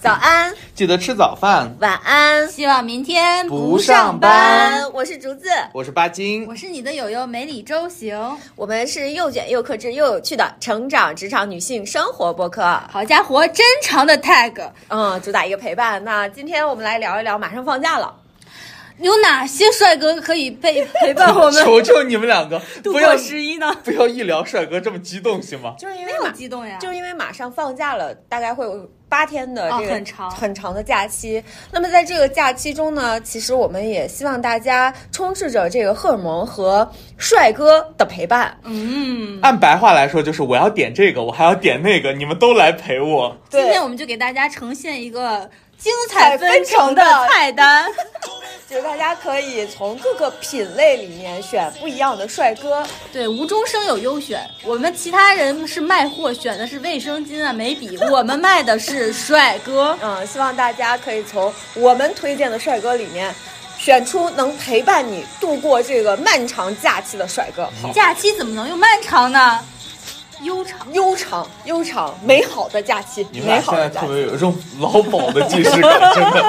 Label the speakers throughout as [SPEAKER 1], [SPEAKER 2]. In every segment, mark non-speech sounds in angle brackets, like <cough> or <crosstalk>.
[SPEAKER 1] 早安，
[SPEAKER 2] 记得吃早饭。
[SPEAKER 1] 晚安，
[SPEAKER 3] 希望明天
[SPEAKER 2] 不上班。
[SPEAKER 1] 我是竹子，
[SPEAKER 2] 我是巴金
[SPEAKER 3] 我，是你的友友梅里周行。
[SPEAKER 1] 我们是又卷又克制又有趣的成长职场女性生活播客，
[SPEAKER 3] 好家伙，真长的 tag
[SPEAKER 1] 嗯，主打一个陪伴。那今天我们来聊一聊，马上放假了，
[SPEAKER 3] 有哪些帅哥可以被陪伴我们？
[SPEAKER 2] 求求你们两个，
[SPEAKER 1] 度
[SPEAKER 2] <laughs> 不要
[SPEAKER 1] 过十一呢，
[SPEAKER 2] 不要一聊帅哥这么激动行吗？
[SPEAKER 1] 就是因
[SPEAKER 3] 没
[SPEAKER 1] 为
[SPEAKER 3] 有
[SPEAKER 1] 马，
[SPEAKER 3] 激动呀，
[SPEAKER 1] 就是因为马上放假了，大概会有。八天的这个
[SPEAKER 3] 哦很长
[SPEAKER 1] 很长的假期，那么在这个假期中呢，其实我们也希望大家充斥着这个荷尔蒙和帅哥的陪伴，
[SPEAKER 3] 嗯。
[SPEAKER 2] 按白话来说，就是我要点这个，我还要点那个，你们都来陪我。
[SPEAKER 3] 今
[SPEAKER 1] 对
[SPEAKER 3] 天我们就给大家呈现一个精彩纷呈的菜单，
[SPEAKER 1] 就是大家可以从各个品类里面选不一样的帅哥，
[SPEAKER 3] <laughs> 对，无中生有优选。我们其他人是卖货，选的是卫生巾啊、眉笔，我们卖的是帅哥。
[SPEAKER 1] 嗯，希望大家可以从我们推荐的帅哥里面选出能陪伴你度过这个漫长假期的帅哥。
[SPEAKER 2] 嗯
[SPEAKER 1] 好，
[SPEAKER 3] 假期怎么能用漫长呢？悠长。
[SPEAKER 1] 悠长、悠长、美好的假期，
[SPEAKER 2] 你们
[SPEAKER 1] 美
[SPEAKER 2] 俩
[SPEAKER 1] 好
[SPEAKER 2] 现
[SPEAKER 1] 的
[SPEAKER 2] 在
[SPEAKER 1] 假
[SPEAKER 2] 特
[SPEAKER 1] 期。
[SPEAKER 2] 别有一种老鸨的既视
[SPEAKER 3] <laughs>
[SPEAKER 2] 感，真的。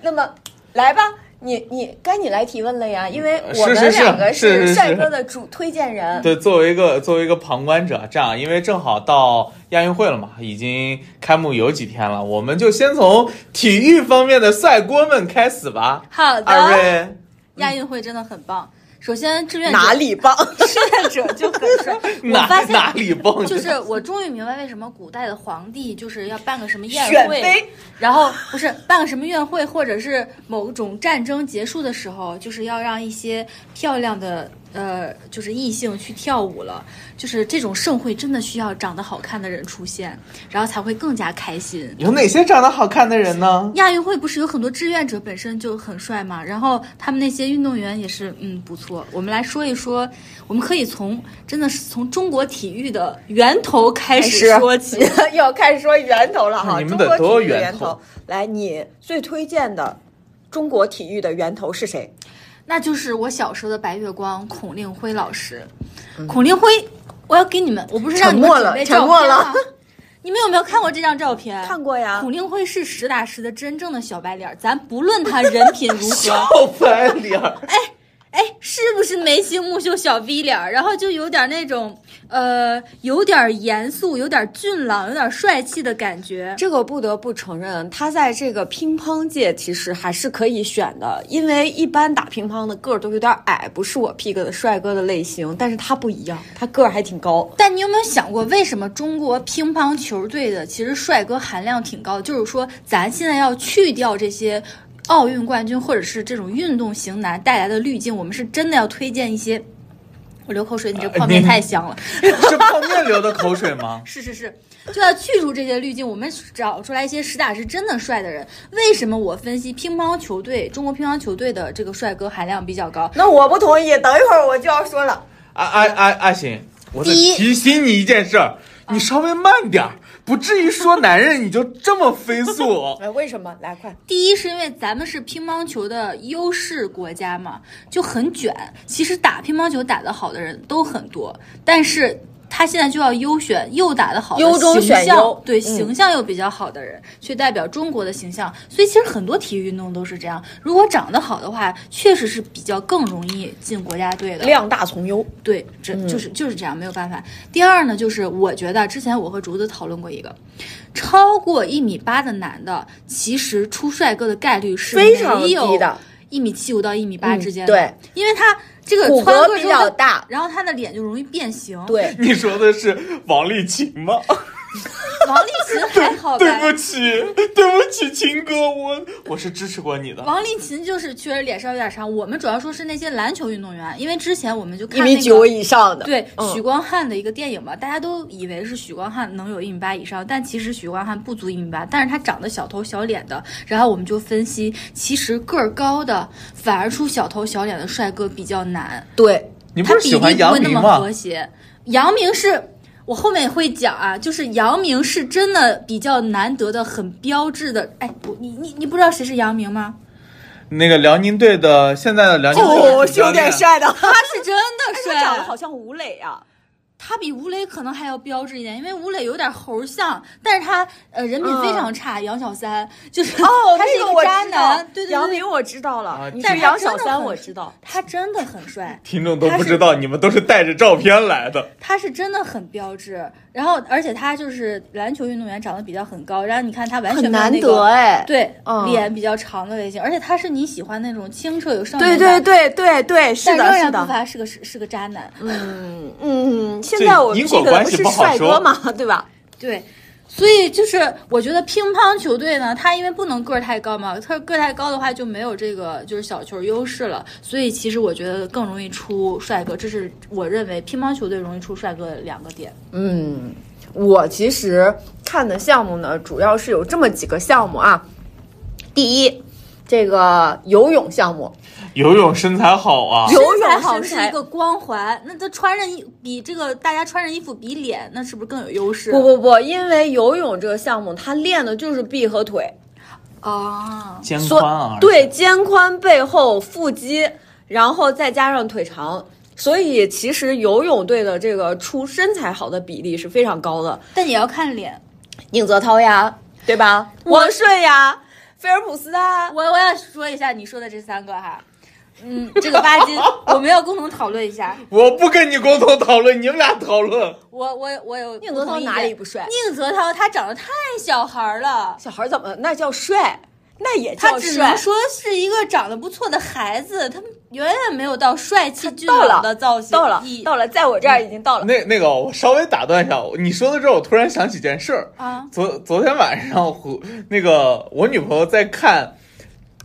[SPEAKER 1] 那么，来吧。你你该你来提问了呀，因为我
[SPEAKER 2] 嗯是是
[SPEAKER 1] 们
[SPEAKER 2] 是
[SPEAKER 1] 两个
[SPEAKER 2] 是是是
[SPEAKER 1] 帅哥的主推荐人，
[SPEAKER 2] 对，作为一个作为一个旁观者，这样，因为正好到亚运会了嘛，已经开幕有几天了，我们就先从体育方面的帅哥们开始吧。
[SPEAKER 3] 好的。
[SPEAKER 2] 二位，
[SPEAKER 3] 亚运会真的很棒。首先，志愿者
[SPEAKER 1] 哪里棒？
[SPEAKER 3] 志愿者就很帅。我
[SPEAKER 2] 哪
[SPEAKER 3] 发
[SPEAKER 2] 哪
[SPEAKER 3] 现，
[SPEAKER 2] 里蹦？
[SPEAKER 3] 就是我终于明白为什么古代的皇帝就是要办个什么宴
[SPEAKER 1] 选
[SPEAKER 3] 会，
[SPEAKER 1] 妃
[SPEAKER 3] 然后不是办个什么宴会，或者是某种战争结束的时候，就是要让一些漂亮的呃，就是异性去跳舞了。就是这种盛会真的需要长得好看的人出现，然后才会更加开心。
[SPEAKER 2] 有哪些长得好看的人呢？
[SPEAKER 3] 亚运会不是有很多志愿者本身就很帅嘛，然后他们那些运动员也是，嗯，不错。我们来说一说，我们可以从真的是从中国体育的源头 <laughs> 开始说起。 <laughs>
[SPEAKER 1] <laughs> 要开始说源头了哈，
[SPEAKER 2] 嗯你
[SPEAKER 1] 中国
[SPEAKER 2] 们得
[SPEAKER 1] 体育
[SPEAKER 2] 多
[SPEAKER 1] 的
[SPEAKER 2] 源
[SPEAKER 1] 源
[SPEAKER 2] 头
[SPEAKER 1] 头。来，你最推荐的中国体育的源头是谁？
[SPEAKER 3] 那就是我小时候的白月光孔令辉老师，孔令辉，我要给你们，我不是让你们
[SPEAKER 1] 嗯沉默
[SPEAKER 3] 准备
[SPEAKER 1] 了
[SPEAKER 3] 照
[SPEAKER 1] 沉默
[SPEAKER 3] 片吗 <laughs>
[SPEAKER 1] 了？
[SPEAKER 3] 你们有没有看过这张照片？
[SPEAKER 1] 看过呀
[SPEAKER 3] 孔令辉是实打实的真正的小白脸儿，咱不论他人品如何，
[SPEAKER 2] 小白脸 <laughs> 儿，
[SPEAKER 3] 哎，是不是眉清目秀小 V 脸儿，然后就有点那种呃，有点严肃，有点俊朗，有点帅气的感觉。
[SPEAKER 1] 这个不得不承认，他在这个乒乓界其实还是可以选的，因为一般打乒乓的个儿都有点矮，不是我 pick 的帅哥的类型，但是他不一样，他个儿还挺高。
[SPEAKER 3] 但你有没有想过，为什么中国乒乓球队的其实帅哥含量挺高？就是说，咱现在要去掉这些奥运冠军或者是这种运动型男带来的滤镜，我们是真的要推荐一些。我流口水，你这泡面
[SPEAKER 2] 你
[SPEAKER 3] 太香了。
[SPEAKER 2] 是泡面流的口水吗？
[SPEAKER 3] 是是是，就要去除这些滤镜，我们找出来一些实打实真的帅的人。为什么我分析乒乓球队中国乒乓球队的这个帅哥含量比较高？
[SPEAKER 1] 那我不同意，等一会儿我就要说了。
[SPEAKER 2] 啊啊啊啊！行，我得
[SPEAKER 3] 第一
[SPEAKER 2] 提醒你一件事儿，你稍微慢点儿，不至于说男人你就这么飞
[SPEAKER 3] <laughs>
[SPEAKER 2] 速。
[SPEAKER 1] 哎，为什么？来，快！
[SPEAKER 3] 第一是因为咱们是乒乓球的优势国家嘛，就很卷。其实打乒乓球打得好的人都很多，但是他现在就要优选又打得好的
[SPEAKER 1] 优中
[SPEAKER 3] 形
[SPEAKER 1] 选
[SPEAKER 3] 象
[SPEAKER 1] 优
[SPEAKER 3] 对
[SPEAKER 1] 嗯
[SPEAKER 3] 形象又比较好的人、去代表中国的形象。所以其实很多体育运动都是这样，如果长得好的话，确实是比较更容易进国家队的。
[SPEAKER 1] 量大从优。
[SPEAKER 3] 对，这
[SPEAKER 1] 嗯
[SPEAKER 3] 就是就是这样，没有办法。第二呢，就是我觉得之前我和竹子讨论过一个，超过一米八的男的，其实出帅哥的概率是
[SPEAKER 1] 非常
[SPEAKER 3] 没有
[SPEAKER 1] 低的，
[SPEAKER 3] 一米七五到一米八
[SPEAKER 1] 嗯
[SPEAKER 3] 之间的、
[SPEAKER 1] 对，
[SPEAKER 3] 因为他这个
[SPEAKER 1] 骨骼
[SPEAKER 3] 穿过之
[SPEAKER 1] 比
[SPEAKER 3] 后
[SPEAKER 1] 较
[SPEAKER 3] 他
[SPEAKER 1] 大
[SPEAKER 3] 然后他的脸就容易变形。，
[SPEAKER 1] 对，
[SPEAKER 2] 你说的是王丽琴吗？
[SPEAKER 3] 王励勤还好
[SPEAKER 2] 对不
[SPEAKER 3] 吧？
[SPEAKER 2] 起，对不起，秦哥，我我是支持过你的。
[SPEAKER 3] 王励勤就是确实脸稍微有点长，我们主要说是那些篮球运动员，因为之前我们就看
[SPEAKER 1] 一
[SPEAKER 3] 那个
[SPEAKER 1] 米九以上的。
[SPEAKER 3] 对、
[SPEAKER 1] 嗯
[SPEAKER 3] 许光汉的一个电影嘛，大家都以为是许光汉能有一米八以上，但其实许光汉不足一米八，但是他长得小头小脸的。然后我们就分析，其实个儿高的反而出小头小脸的帅哥比较难，
[SPEAKER 1] 对，
[SPEAKER 2] 你不
[SPEAKER 3] 他
[SPEAKER 2] 是
[SPEAKER 3] 比
[SPEAKER 2] 喜
[SPEAKER 3] 例
[SPEAKER 2] 欢
[SPEAKER 3] 不
[SPEAKER 2] 杨
[SPEAKER 3] 会那
[SPEAKER 2] 明
[SPEAKER 3] 么
[SPEAKER 2] 吗
[SPEAKER 3] 和？谐。杨明是。我后面也会讲啊，就是杨明是真的比较难得的，很标志的。哎，我你你你不知道谁是杨明吗？
[SPEAKER 2] 那个辽宁队的现在的辽宁队的啊
[SPEAKER 1] 哦，
[SPEAKER 2] 主
[SPEAKER 1] 是有
[SPEAKER 2] 教练
[SPEAKER 1] 点帅的。
[SPEAKER 2] 哎
[SPEAKER 3] 他是真的帅，
[SPEAKER 1] 长得好像吴磊啊，
[SPEAKER 3] 他比吴磊可能还要标致一点，因为吴磊有点猴像，但是他呃人品非常差，杨小三就是哦他是一
[SPEAKER 1] 嗯那个我
[SPEAKER 3] 渣
[SPEAKER 1] 知道
[SPEAKER 3] 男，对对对，
[SPEAKER 1] 杨明我知道了
[SPEAKER 2] 啊，
[SPEAKER 1] 你
[SPEAKER 2] 但
[SPEAKER 1] 是
[SPEAKER 2] 是
[SPEAKER 1] 杨
[SPEAKER 3] 他真
[SPEAKER 1] 小
[SPEAKER 3] 的
[SPEAKER 1] 三
[SPEAKER 3] 很
[SPEAKER 1] 我知道，
[SPEAKER 3] 他真的很帅，
[SPEAKER 2] 听众都
[SPEAKER 3] 他
[SPEAKER 2] 不
[SPEAKER 3] 是
[SPEAKER 2] 知道，你们都是带着照片来的。
[SPEAKER 3] 他是真的很标致。然后而且他就是篮球运动员，长得比较很高，然后你看他完全
[SPEAKER 1] 很
[SPEAKER 3] 没有
[SPEAKER 1] 难
[SPEAKER 3] 那
[SPEAKER 1] 得
[SPEAKER 3] 个。
[SPEAKER 1] 哎。
[SPEAKER 3] 对，
[SPEAKER 1] 嗯
[SPEAKER 3] 脸比较长的类型，而且他是你喜欢那种清澈有少
[SPEAKER 1] 对
[SPEAKER 3] 年
[SPEAKER 1] 对
[SPEAKER 3] 感，
[SPEAKER 1] 对对对，是
[SPEAKER 3] 但
[SPEAKER 1] 的，
[SPEAKER 3] 仍
[SPEAKER 1] 是
[SPEAKER 3] 然不
[SPEAKER 1] 的。
[SPEAKER 3] 乏是个是是个渣男。
[SPEAKER 1] 嗯嗯，现
[SPEAKER 2] 这
[SPEAKER 1] 在我
[SPEAKER 2] 因
[SPEAKER 1] 们
[SPEAKER 2] 果
[SPEAKER 1] 这个
[SPEAKER 2] 关
[SPEAKER 1] 不
[SPEAKER 2] 系
[SPEAKER 1] 是
[SPEAKER 2] 不好
[SPEAKER 1] 帅
[SPEAKER 2] 说
[SPEAKER 1] 哥嘛， <laughs> 对吧？
[SPEAKER 3] 对，所以就是我觉得乒乓球队呢，它因为不能个儿太高嘛，它个儿太高的话就没有这个就是小球优势了，所以其实我觉得更容易出帅哥，这是我认为乒乓球队容易出帅哥的两个点。
[SPEAKER 1] 嗯，我其实看的项目呢，主要是有这么几个项目啊。第一，这个游泳项目，
[SPEAKER 2] 游泳身材好啊，
[SPEAKER 1] 游泳
[SPEAKER 3] 身材
[SPEAKER 1] 好
[SPEAKER 3] 是
[SPEAKER 1] 帅
[SPEAKER 3] 一个光环，那他穿着衣比这个大家穿着衣服比脸，那是不是更有优势？啊
[SPEAKER 1] 不不不，因为游泳这个项目，它练的就是臂和腿，
[SPEAKER 3] 啊，
[SPEAKER 2] 肩
[SPEAKER 1] 所
[SPEAKER 2] 宽啊，
[SPEAKER 1] 对肩宽背后腹肌，然后再加上腿长。所以其实游泳队的这个出身材好的比例是非常高的，
[SPEAKER 3] 但也要看脸。
[SPEAKER 1] 宁泽涛呀，对吧？王顺呀，菲尔普斯啊，
[SPEAKER 3] 我我要说一下你说的这三个哈，嗯，这个巴金，
[SPEAKER 1] <laughs>
[SPEAKER 3] 我们要共同讨论一下。
[SPEAKER 2] 我不跟你共同讨论，你们俩讨论。
[SPEAKER 3] 我我我有
[SPEAKER 1] 宁泽涛哪里不帅
[SPEAKER 3] 宁泽涛他长得太小孩儿了，
[SPEAKER 1] 小孩儿怎么那叫帅？那也
[SPEAKER 3] 他
[SPEAKER 1] 叫
[SPEAKER 3] 只能
[SPEAKER 1] 帅。
[SPEAKER 3] 说是一个长得不错的孩子，他远远没有到帅气俊
[SPEAKER 1] 到
[SPEAKER 3] 朗
[SPEAKER 1] 了
[SPEAKER 3] 的造型。
[SPEAKER 1] 到了
[SPEAKER 3] 以，
[SPEAKER 1] 到了，在我这儿已经到了。
[SPEAKER 2] 那那个，我稍微打断一下，你说到这儿，我突然想起件事儿。
[SPEAKER 3] 啊，
[SPEAKER 2] 昨昨天晚上，胡那个我女朋友在看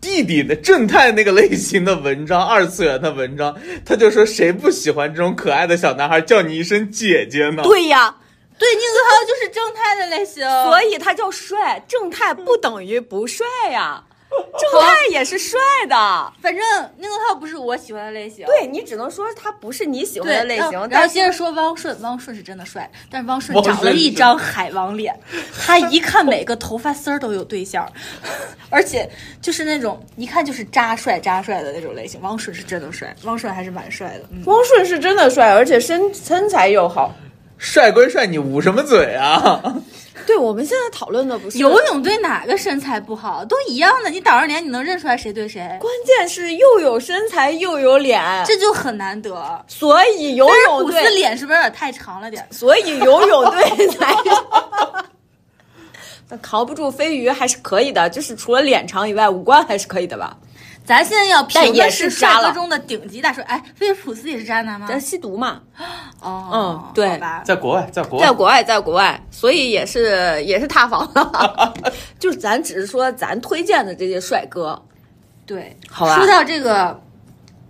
[SPEAKER 2] 弟弟的侦探那个类型的文章，二次元的文章，她就说谁不喜欢这种可爱的小男孩，叫你一声姐姐呢？
[SPEAKER 1] 对呀，
[SPEAKER 3] 对，宁泽涛就是正太的类型，
[SPEAKER 1] 所以他叫帅。正太不等于不帅 <laughs> 呀，正太也是帅 <laughs> 的。
[SPEAKER 3] 反正宁泽涛不是我喜欢的类型。
[SPEAKER 1] 对你只能说他不是你喜欢
[SPEAKER 3] 对
[SPEAKER 1] 的类
[SPEAKER 3] 然后
[SPEAKER 1] 型，
[SPEAKER 3] 然后
[SPEAKER 1] 但是
[SPEAKER 3] 接着说汪顺，汪顺是真的帅，但是汪顺
[SPEAKER 2] 汪顺
[SPEAKER 3] 长了一张海王脸，他一看每个头发丝儿都有对象， <laughs> 而且就是那种一看就是渣帅渣帅的那种类型。汪顺是真的帅，汪顺还是蛮帅的，嗯，
[SPEAKER 1] 汪顺是真的帅，而且身身材又好。
[SPEAKER 2] 帅归帅，你捂什么嘴啊？
[SPEAKER 1] 对，我们现在讨论的不是
[SPEAKER 3] 游泳队哪个身材不好都一样的，你打上脸你能认出来谁对谁，
[SPEAKER 1] 关键是又有身材又有脸，
[SPEAKER 3] 这就很难得。
[SPEAKER 1] 所以游
[SPEAKER 3] 但是
[SPEAKER 1] 泳
[SPEAKER 3] 伍思
[SPEAKER 1] 队，
[SPEAKER 3] 脸是不是有点太长了点？
[SPEAKER 1] 所以游泳队才。 <laughs> 那扛不住飞鱼还是可以的，就是除了脸长以外，五官还是可以的吧？
[SPEAKER 3] 咱现在要评
[SPEAKER 1] 但也
[SPEAKER 3] 的
[SPEAKER 1] 是
[SPEAKER 3] 帅
[SPEAKER 1] 渣
[SPEAKER 3] 哥
[SPEAKER 1] 了
[SPEAKER 3] 中的顶级大帅，哎，菲利普斯也是渣男吗？
[SPEAKER 1] 咱吸毒嘛，
[SPEAKER 3] 哦，
[SPEAKER 1] 嗯对
[SPEAKER 3] 好吧，
[SPEAKER 2] <laughs> 在国外，在国
[SPEAKER 1] 在国外，在国外，所以也是 <laughs> 也是塌房了。 <laughs> 就是咱只是说咱推荐的这些帅哥，
[SPEAKER 3] 对，
[SPEAKER 1] 好吧
[SPEAKER 3] 说到这个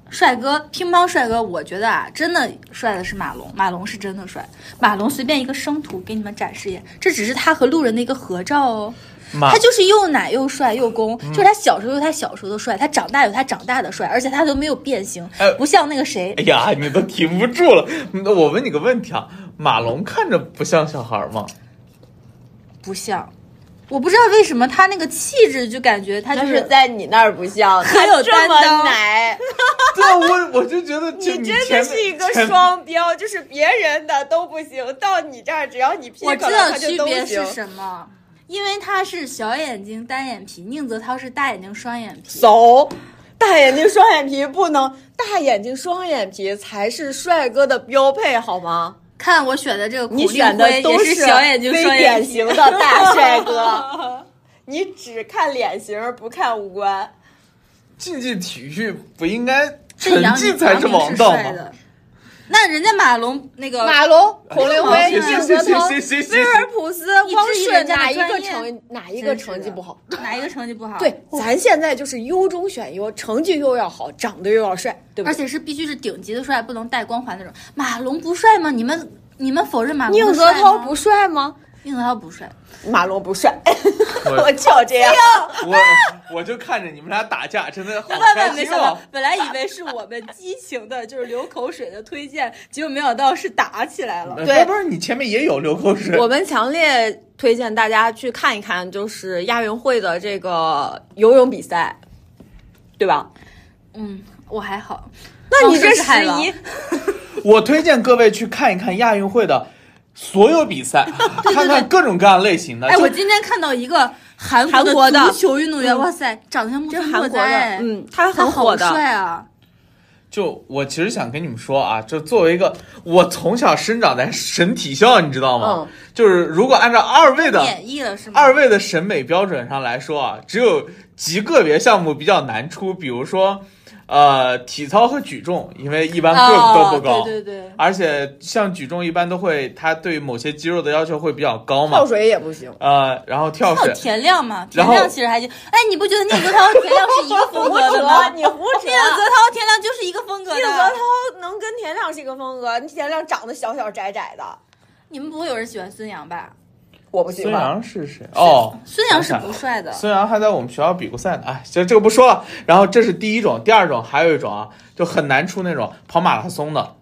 [SPEAKER 3] 帅哥，乒乓帅哥，我觉得啊，真的帅的是马龙，马龙是真的帅。马龙随便一个生图给你们展示一下，这只是他和路人的一个合照哦。
[SPEAKER 1] 啊
[SPEAKER 2] 马
[SPEAKER 3] 他就是又奶又帅又攻，
[SPEAKER 1] 嗯
[SPEAKER 3] 就是他小时候有他小时候的帅，他长大有他长大的帅，而且他都没有变形，
[SPEAKER 2] 哎
[SPEAKER 1] 呃
[SPEAKER 3] 不像那个谁。
[SPEAKER 2] 哎呀，你都停不住了。那我问你个问题啊，马龙看着不像小孩吗？
[SPEAKER 3] 不像，我不知道为什么他那个气质就感觉他
[SPEAKER 1] 但
[SPEAKER 3] 就是
[SPEAKER 1] 在你那儿不像， <laughs>
[SPEAKER 3] 很有
[SPEAKER 1] 他这么
[SPEAKER 3] 担当
[SPEAKER 1] 奶，
[SPEAKER 2] <laughs> 对啊，我我就觉得就
[SPEAKER 1] 你
[SPEAKER 2] 你
[SPEAKER 1] 真的
[SPEAKER 2] 前
[SPEAKER 1] 是一个
[SPEAKER 2] 前
[SPEAKER 1] 双标，就是别人的都不行，到你这儿只要你
[SPEAKER 3] 我
[SPEAKER 1] 批
[SPEAKER 3] 知
[SPEAKER 1] 准
[SPEAKER 3] 道
[SPEAKER 1] 了，他
[SPEAKER 3] 区
[SPEAKER 1] 就都
[SPEAKER 3] 别是
[SPEAKER 1] 行。
[SPEAKER 3] 什么，因为他是小眼睛单眼皮，宁泽涛是大眼睛双眼皮。
[SPEAKER 1] 走，大眼睛双眼皮不能，大眼睛双眼皮才是帅哥的标配，好
[SPEAKER 3] <laughs>
[SPEAKER 1] 吗？
[SPEAKER 3] 看我选的这个孔
[SPEAKER 1] 你
[SPEAKER 3] 令
[SPEAKER 1] 选的
[SPEAKER 3] 辉
[SPEAKER 1] 都
[SPEAKER 3] 也是小眼睛
[SPEAKER 1] 非
[SPEAKER 3] 双眼
[SPEAKER 1] 典
[SPEAKER 3] 皮
[SPEAKER 1] 型。的大帅哥， <laughs> 你只看脸型不看五官。
[SPEAKER 2] 竞技体育不应该
[SPEAKER 3] 这
[SPEAKER 2] 成
[SPEAKER 3] 杨
[SPEAKER 2] 绩
[SPEAKER 3] 明
[SPEAKER 2] 才是王道
[SPEAKER 3] 杨
[SPEAKER 2] 吗？
[SPEAKER 3] 明是帅的那人家马龙那个
[SPEAKER 1] 马龙、孔令
[SPEAKER 3] 呃哎
[SPEAKER 1] 辉、
[SPEAKER 3] 呀
[SPEAKER 1] 宁泽涛、
[SPEAKER 2] 行行行行行
[SPEAKER 1] 菲尔普斯、
[SPEAKER 3] 一
[SPEAKER 1] 汪
[SPEAKER 3] 直以为
[SPEAKER 1] 顺，
[SPEAKER 3] 人家
[SPEAKER 1] 哪
[SPEAKER 3] 的
[SPEAKER 1] 一个
[SPEAKER 3] 专业
[SPEAKER 1] 成哪一
[SPEAKER 3] 一
[SPEAKER 1] 个成绩不好？，
[SPEAKER 3] 哪一个成绩不
[SPEAKER 1] <laughs>
[SPEAKER 3] 好？
[SPEAKER 1] 对，，咱现在就是优中选优，成绩又要好，长得又要帅，对吧？
[SPEAKER 3] 而且是必须是顶级的帅，不能带光环那种。马龙不帅吗？你们你们否认马龙
[SPEAKER 1] 宁
[SPEAKER 3] 的
[SPEAKER 1] 泽
[SPEAKER 3] 帅
[SPEAKER 1] 涛
[SPEAKER 3] 吗
[SPEAKER 1] 不帅吗？
[SPEAKER 3] 宁泽涛不帅，
[SPEAKER 1] 马龙不帅， <laughs>
[SPEAKER 2] 我
[SPEAKER 1] 我就这样。
[SPEAKER 2] 我我就看着你们俩打架，真的好
[SPEAKER 3] <laughs> <laughs> 万
[SPEAKER 2] 开
[SPEAKER 3] 万没
[SPEAKER 2] 心
[SPEAKER 3] 想到
[SPEAKER 2] 哦！，
[SPEAKER 3] 本来以为是我们激情的，就是流口水的推荐，结果没想到是打起来了。
[SPEAKER 2] 呃
[SPEAKER 1] 对
[SPEAKER 2] 不是不是，你前面也有流口 <laughs> 水
[SPEAKER 1] 我。们强烈推荐大家去看一看，就是亚运会的这个游泳比赛，对吧？
[SPEAKER 3] <laughs> 嗯，我还好。
[SPEAKER 1] 那你
[SPEAKER 3] 哦
[SPEAKER 1] 这
[SPEAKER 3] 是海
[SPEAKER 1] 十
[SPEAKER 3] 王
[SPEAKER 1] 一，
[SPEAKER 2] 我推荐各位去看一看亚运会的所有比赛，看看各种各样类型的。
[SPEAKER 3] 哎，
[SPEAKER 2] 就
[SPEAKER 3] 我今天看到一个韩
[SPEAKER 1] 韩国
[SPEAKER 3] 国
[SPEAKER 1] 的
[SPEAKER 3] 足球运动员，
[SPEAKER 1] 嗯
[SPEAKER 3] 哇塞，长得像木
[SPEAKER 1] 这
[SPEAKER 3] 村
[SPEAKER 1] 韩
[SPEAKER 3] 拓
[SPEAKER 1] 国的
[SPEAKER 3] 哉，，
[SPEAKER 1] 嗯，他
[SPEAKER 3] 他
[SPEAKER 1] 很
[SPEAKER 3] 好
[SPEAKER 1] 火的，
[SPEAKER 3] 帅啊！
[SPEAKER 2] 就我其实想跟你们说啊，就作为一个我从小生长在省体校，你知道吗？
[SPEAKER 1] 嗯
[SPEAKER 2] 就是如果按照二位的
[SPEAKER 3] 免疫了是吗？
[SPEAKER 2] 二位的审美标准上来说啊，只有极个别项目比较难出，比如说，呃，体操和举重，因为一般个子
[SPEAKER 3] 哦
[SPEAKER 2] 都不高，
[SPEAKER 3] 对对对，
[SPEAKER 2] 而且像举重一般都会，它对某些肌肉的要求会比较高嘛
[SPEAKER 1] 跳，水也不行。？
[SPEAKER 2] 呃，然后跳
[SPEAKER 3] 还有
[SPEAKER 2] 水，
[SPEAKER 3] 哦田亮嘛，
[SPEAKER 2] 然
[SPEAKER 3] 田
[SPEAKER 2] 后
[SPEAKER 3] 亮其实还就，哎，你不觉得聂泽涛和田亮是一个风格的吗
[SPEAKER 1] 你胡扯！
[SPEAKER 3] 聂泽涛、田亮就是一个风格
[SPEAKER 1] 聂泽
[SPEAKER 3] 的。
[SPEAKER 1] 涛能跟田亮是一个风格，田亮长得小小窄窄的，
[SPEAKER 3] 你们不会有人喜欢孙杨吧？
[SPEAKER 1] 我不喜
[SPEAKER 2] 孙
[SPEAKER 1] 欢。
[SPEAKER 2] 杨是谁？哦，
[SPEAKER 3] 孙杨是
[SPEAKER 2] 想起来
[SPEAKER 3] 不帅的，
[SPEAKER 2] 孙杨还在我们学校比过赛呢，哎，这这个不说了。然后这是第一种，第二种还有一种啊，就很难出那种跑马拉松的，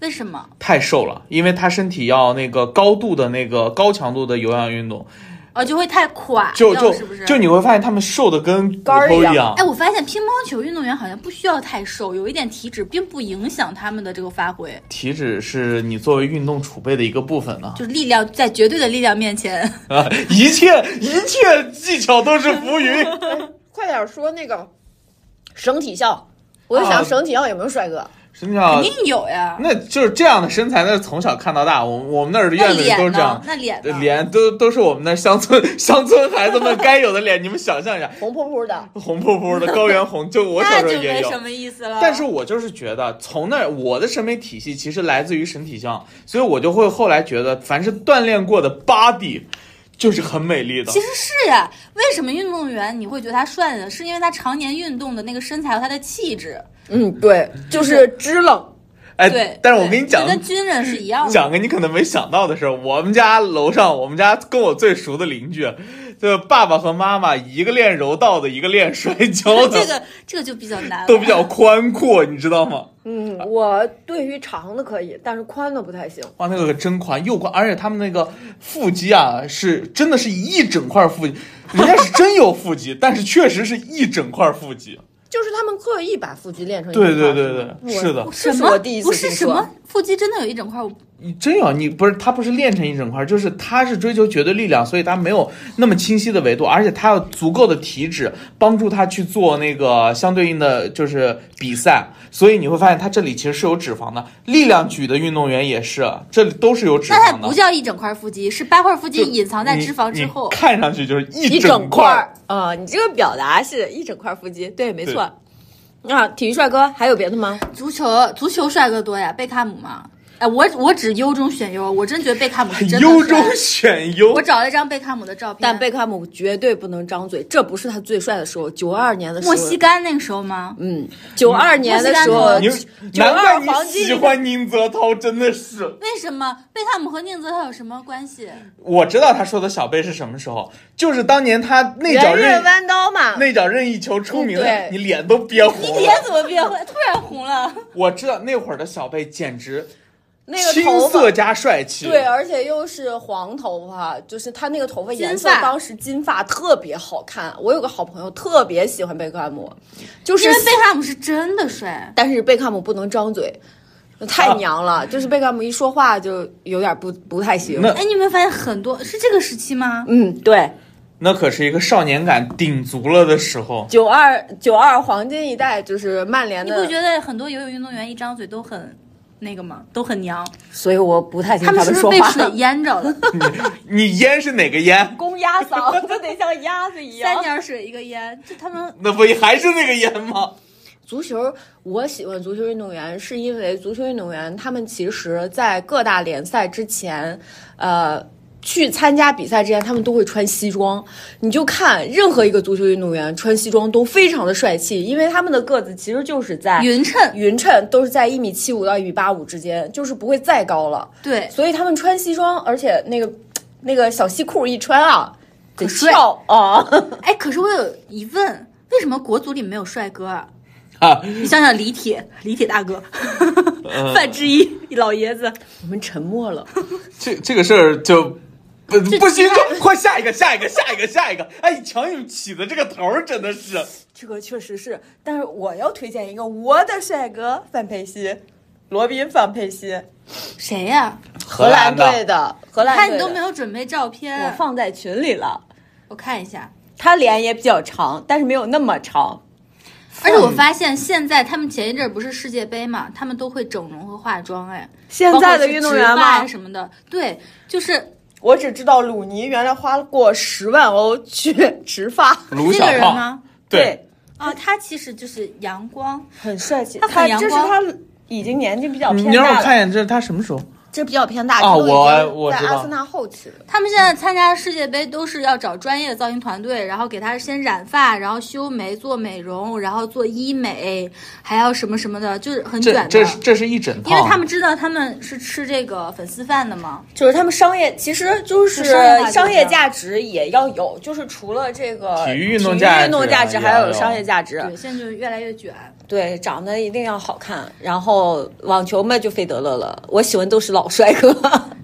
[SPEAKER 3] 为什么？
[SPEAKER 2] 太瘦了，因为他身体要那个高度的那个高强度的有氧运动，
[SPEAKER 3] 哦，就会太垮，
[SPEAKER 2] 就就是
[SPEAKER 3] 不是？
[SPEAKER 2] 就你会发现他们瘦的跟骨
[SPEAKER 1] 杆儿
[SPEAKER 2] 头
[SPEAKER 1] 一样
[SPEAKER 2] 样
[SPEAKER 3] 哎，，我发现乒乓球运动员好像不需要太瘦，有一点体脂并不影响他们的这个发挥，
[SPEAKER 2] 体脂是你作为运动储备的一个部分呢、
[SPEAKER 3] 就是力量在绝对的力量面前，
[SPEAKER 2] 啊，一切一切技巧都是浮云。
[SPEAKER 1] 快点说那个省体校，我就
[SPEAKER 2] 啊
[SPEAKER 1] 想省体校有没有帅哥？
[SPEAKER 2] 真的
[SPEAKER 3] 肯，定有呀。
[SPEAKER 2] 那就是这样的身材，那是从小看到大，我我们那儿的
[SPEAKER 3] 那
[SPEAKER 2] 院子里都
[SPEAKER 3] 脸
[SPEAKER 2] 是这样
[SPEAKER 3] 呢？。那脸呢？
[SPEAKER 2] 脸都都是我们那乡村乡村孩子们该有的脸，你们想象一下，
[SPEAKER 1] 红扑扑的，
[SPEAKER 2] 红扑扑的高原红，就我小
[SPEAKER 3] 那
[SPEAKER 2] 时
[SPEAKER 3] 就
[SPEAKER 2] 候也
[SPEAKER 3] 没
[SPEAKER 2] 有
[SPEAKER 3] 什。么意思了。
[SPEAKER 2] 但是我就是觉得，从那儿我的审美体系其实来自于神体像，所以我就会后来觉得，凡是锻炼过的 body，就是很美丽的
[SPEAKER 3] 其。实是呀、为什么运动员你会觉得他帅呢？是因为他常年运动的那个身材和他的气质。
[SPEAKER 1] 嗯，对，就是支棱。
[SPEAKER 2] 哎，
[SPEAKER 3] 对，
[SPEAKER 2] 但是我
[SPEAKER 3] 对
[SPEAKER 2] 跟你讲
[SPEAKER 3] 就，跟军人是一样的。
[SPEAKER 2] 讲个你可能没想到的事儿，我们家楼上，我们家跟我最熟的邻居，就是爸爸和妈妈，一个练柔道的，一个练摔跤的，
[SPEAKER 3] <laughs> 哎这个这个就比较难了，
[SPEAKER 2] 都比较宽阔，你知道吗？
[SPEAKER 1] 嗯，
[SPEAKER 2] 啊
[SPEAKER 1] 我对于长的可以，但是宽的不太行。
[SPEAKER 2] 哇，那个可真宽，又宽，而且他们那个腹肌啊，是真的是一整块腹肌，人家是真有腹肌，但是确实是一整块腹肌。
[SPEAKER 1] 就是他们刻意把腹肌练成一
[SPEAKER 2] 对
[SPEAKER 1] 块
[SPEAKER 2] 对
[SPEAKER 1] 儿
[SPEAKER 2] 对
[SPEAKER 1] 是吗
[SPEAKER 2] 对，是的
[SPEAKER 1] 我，
[SPEAKER 3] <laughs> 什
[SPEAKER 1] 这是
[SPEAKER 3] 么
[SPEAKER 1] 我第一次
[SPEAKER 3] 不是
[SPEAKER 1] 听
[SPEAKER 3] 什
[SPEAKER 1] 说
[SPEAKER 3] 么腹肌真的有一整块儿，
[SPEAKER 2] 你真有你不是他不是练成一整块，就是他是追求绝对力量，所以他没有那么清晰的维度，而且他有足够的体脂帮助他去做那个相对应的就是比赛，所以你会发现他这里其实是有脂肪的。力量举的运动员也是，这里都是有脂
[SPEAKER 3] 那它也
[SPEAKER 2] 肪
[SPEAKER 3] 不
[SPEAKER 2] 的。
[SPEAKER 3] 叫一整块腹肌，是八块腹肌
[SPEAKER 2] 就
[SPEAKER 3] 隐藏在
[SPEAKER 2] 你
[SPEAKER 3] 脂肪之
[SPEAKER 2] 你
[SPEAKER 3] 后。
[SPEAKER 2] 看上去就是一
[SPEAKER 1] 一
[SPEAKER 2] 整
[SPEAKER 1] 整
[SPEAKER 2] 块儿。
[SPEAKER 1] 儿啊、你这个表达是一整块儿腹肌，对，没错
[SPEAKER 2] 对。
[SPEAKER 1] 那、体育帅哥还有别的吗？
[SPEAKER 3] 足球足球帅哥多呀，贝克汉姆嘛。哎，我我只优中选优，我真觉得贝克汉姆是真的
[SPEAKER 2] 优
[SPEAKER 3] 帅
[SPEAKER 2] 中 <laughs> 选优
[SPEAKER 3] 我，找了一张贝克汉姆的照片，
[SPEAKER 1] 但贝克汉姆绝对不能张嘴，这不是他最帅的时候。九二年的时候，
[SPEAKER 3] 莫西干那个时候吗？
[SPEAKER 1] 嗯，九二年的时候
[SPEAKER 3] 莫
[SPEAKER 2] 你，
[SPEAKER 1] 九
[SPEAKER 2] 难怪
[SPEAKER 1] 二
[SPEAKER 2] 你
[SPEAKER 1] 黄金
[SPEAKER 2] 喜欢宁泽涛，真的是。
[SPEAKER 3] 为什么贝克汉姆和宁泽涛有什么关 <laughs> 系？
[SPEAKER 2] 我知道他说的小贝是什么时候，就是当年他内
[SPEAKER 1] 圆
[SPEAKER 2] 角任
[SPEAKER 1] 润弯刀嘛。
[SPEAKER 2] 那脚任意球出名的，
[SPEAKER 1] 嗯对
[SPEAKER 2] 你脸都憋红
[SPEAKER 3] 脸
[SPEAKER 2] 了。
[SPEAKER 3] 怎么变会突然红了？
[SPEAKER 2] 我知道那会儿的小贝简直
[SPEAKER 1] 那个
[SPEAKER 2] 青
[SPEAKER 1] 头发
[SPEAKER 2] 涩，加帅气。
[SPEAKER 1] 对，啊而且又是黄头发，就是他那个头发颜色
[SPEAKER 3] 金，发
[SPEAKER 1] 当时金发特别好看。我有个好朋友特别喜欢贝克汉姆，就是
[SPEAKER 3] 因为贝克汉姆是真的帅，
[SPEAKER 1] 但是贝克汉姆不能张嘴，太娘了。就是贝克汉姆一说话就有点不不太行。
[SPEAKER 2] 那
[SPEAKER 3] 哎，你有没有发现很多是这个时期吗？
[SPEAKER 1] 嗯，对，
[SPEAKER 2] 那可是一个少年感顶足了的时候。
[SPEAKER 1] 九二九二黄金一代就是曼联
[SPEAKER 3] 你
[SPEAKER 1] 的
[SPEAKER 3] 不，觉得很多游泳运动员一张嘴都很那个吗？都很娘，
[SPEAKER 1] 所以我不太听
[SPEAKER 3] 他们是
[SPEAKER 1] 们
[SPEAKER 3] 不是
[SPEAKER 1] 说
[SPEAKER 3] 被
[SPEAKER 1] 话。
[SPEAKER 3] 水淹着了？
[SPEAKER 2] 你烟是哪个烟？
[SPEAKER 1] 公鸭嗓
[SPEAKER 3] <laughs>
[SPEAKER 1] 子得像鸭子一
[SPEAKER 3] 三点水一个烟，就他们
[SPEAKER 2] 那不也还是那个烟吗？
[SPEAKER 1] 足球，我喜欢足球运动员，是因为足球运动员他们其实，在各大联赛之前，呃。去参加比赛之前，他们都会穿西装。你就看任何一个足球运动员穿西装都非常的帅气，因为他们的个子其实就是在
[SPEAKER 3] <laughs> 匀称，
[SPEAKER 1] 匀称都是在一米七五到一米八五之间，就是不会再高了。
[SPEAKER 3] 对，
[SPEAKER 1] 所以他们穿西装，而且那个那个小西裤一穿啊，得
[SPEAKER 3] 帅
[SPEAKER 1] 翘啊。
[SPEAKER 3] 哎，可是我有疑问，为什么国足里没有帅哥啊？
[SPEAKER 2] 啊，
[SPEAKER 3] 你想想李铁，李铁大哥，
[SPEAKER 2] 嗯
[SPEAKER 3] <laughs> 范志毅老爷子，
[SPEAKER 1] <laughs> 我们沉默了，
[SPEAKER 2] 这这个事儿就。不不行，啊就 <laughs> 快下一个，下一个，下一个，下一个！哎，强勇起的这个头儿真的是，
[SPEAKER 1] 这个确实是。但是我要推荐一个我的帅哥范佩西，
[SPEAKER 4] 罗宾范佩西，
[SPEAKER 3] 谁呀、
[SPEAKER 2] 荷兰的
[SPEAKER 4] 队的荷兰队
[SPEAKER 3] 看
[SPEAKER 4] 的，
[SPEAKER 3] 你都没有准备照片，
[SPEAKER 1] 我放在群里了。
[SPEAKER 3] 我看一下。
[SPEAKER 1] 他脸也比较长，但是没有那么长。
[SPEAKER 3] 而且我发现现在他们前一阵儿不是世界杯嘛，他们都会整容和化妆，哎，
[SPEAKER 1] 现在的运动员
[SPEAKER 3] 包括是植发
[SPEAKER 1] 嘛
[SPEAKER 3] 呀，什么的，对，就是
[SPEAKER 4] 我只知道鲁尼原来花过十万欧 <laughs> 去植发，
[SPEAKER 2] 卢
[SPEAKER 3] 这
[SPEAKER 2] 小
[SPEAKER 3] 个人
[SPEAKER 2] 胖，
[SPEAKER 3] 吗？
[SPEAKER 2] 对，，
[SPEAKER 3] 啊，他其实就是阳光，
[SPEAKER 4] 很帅气。
[SPEAKER 3] 他很阳
[SPEAKER 4] 这是
[SPEAKER 3] 光
[SPEAKER 4] 他已经年纪比
[SPEAKER 1] 哦
[SPEAKER 4] 较
[SPEAKER 2] 嗯你
[SPEAKER 4] 偏
[SPEAKER 2] 你让我
[SPEAKER 4] 大
[SPEAKER 2] 看
[SPEAKER 4] 了，
[SPEAKER 2] 一眼，这是他什么时候？
[SPEAKER 4] 这比较偏大，
[SPEAKER 2] 啊
[SPEAKER 4] 这都已经
[SPEAKER 2] 我我
[SPEAKER 4] 在
[SPEAKER 2] 知道
[SPEAKER 4] 阿森纳后期了。
[SPEAKER 3] 他们现在参加世界杯都是要找专业的造型团队，然后给他先染发，然后修眉、做美容，然后做医美，还要什么什么的，就是很
[SPEAKER 2] 这
[SPEAKER 3] 卷的。
[SPEAKER 2] 这是这是一整套，
[SPEAKER 3] 因为他们知道他们是吃这个粉丝饭的嘛，
[SPEAKER 4] 就是他们商业，其实就是
[SPEAKER 3] 就商业化就是
[SPEAKER 4] 商业价值也要有，就是除了这个
[SPEAKER 2] 体育运动价值
[SPEAKER 4] 体育运动价值
[SPEAKER 2] 也
[SPEAKER 4] 还
[SPEAKER 2] 要
[SPEAKER 4] 要
[SPEAKER 2] 有
[SPEAKER 4] 有商业价
[SPEAKER 2] 啊
[SPEAKER 4] 值。
[SPEAKER 3] 对，现在就越来越卷。
[SPEAKER 1] 对，长得一定要好看。然后网球嘛，就费德勒了。我喜欢都是老帅哥。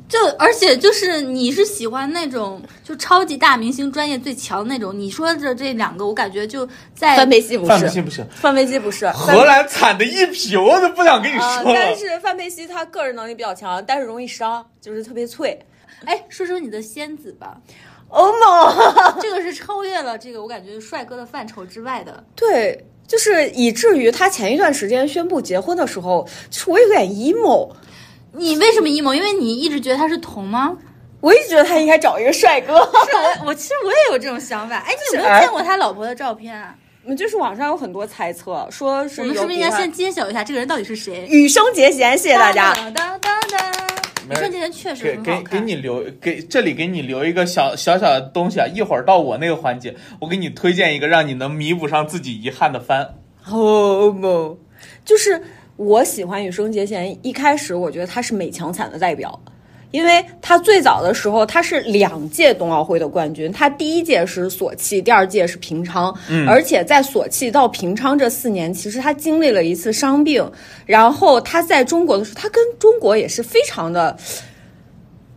[SPEAKER 3] 就而且就是你是喜欢那种就超级大明星、专业最强的那种。你说的这两个，我感觉就在
[SPEAKER 1] 范佩西不
[SPEAKER 2] 范佩西
[SPEAKER 1] 是，
[SPEAKER 2] 不行，
[SPEAKER 1] 范佩西不是。
[SPEAKER 2] 荷
[SPEAKER 4] 呃
[SPEAKER 2] 兰惨的一匹，我都不想跟你
[SPEAKER 1] 啊、
[SPEAKER 2] 说了
[SPEAKER 1] 但。是范佩西他个人能力比较强，但是容易伤，就是特别脆。
[SPEAKER 3] 哎，说说你的仙子吧，
[SPEAKER 1] 欧
[SPEAKER 4] <laughs>
[SPEAKER 1] 盟
[SPEAKER 3] 这个是超越了这个我感觉帅哥的范畴之外的。
[SPEAKER 1] 对，
[SPEAKER 4] 就是以至于他前一段时间宣布结婚的时候，就是我有点 emo，
[SPEAKER 3] 你为什么 emo？因为你一直觉得他是同吗？
[SPEAKER 4] 我一直觉得他应该找一个帅哥。
[SPEAKER 3] 是啊我，我其实我也有这种想法。哎，你有没有见过他老婆的照片啊？
[SPEAKER 1] 嗯
[SPEAKER 4] 就是网上有很多猜测，说是
[SPEAKER 3] 我们
[SPEAKER 4] 有
[SPEAKER 3] 是不是
[SPEAKER 4] 比
[SPEAKER 3] 应该
[SPEAKER 4] 他
[SPEAKER 3] 先揭晓一下这个人到底是谁？
[SPEAKER 4] 羽生结弦，谢谢大家。
[SPEAKER 3] 当当当当，
[SPEAKER 2] 没
[SPEAKER 3] 李
[SPEAKER 2] 事
[SPEAKER 3] 圣杰确实
[SPEAKER 2] 给
[SPEAKER 3] 很好
[SPEAKER 2] 给给
[SPEAKER 3] 看。
[SPEAKER 2] 你留给这里给你留一个小小小的东西啊，一会儿到我那个环节，我给你推荐一个让你能弥补上自己遗憾的番。
[SPEAKER 4] 哦不，
[SPEAKER 1] 就是我喜欢羽生结弦，一开始我觉得他是美强惨的代表。因为他最早的时候，他是两届冬奥会的冠军，他第一届是索契，第二届是平昌，而且在索契到平昌这四年，其实他经历了一次伤病，然后他在中国的时候，他跟中国也是非常的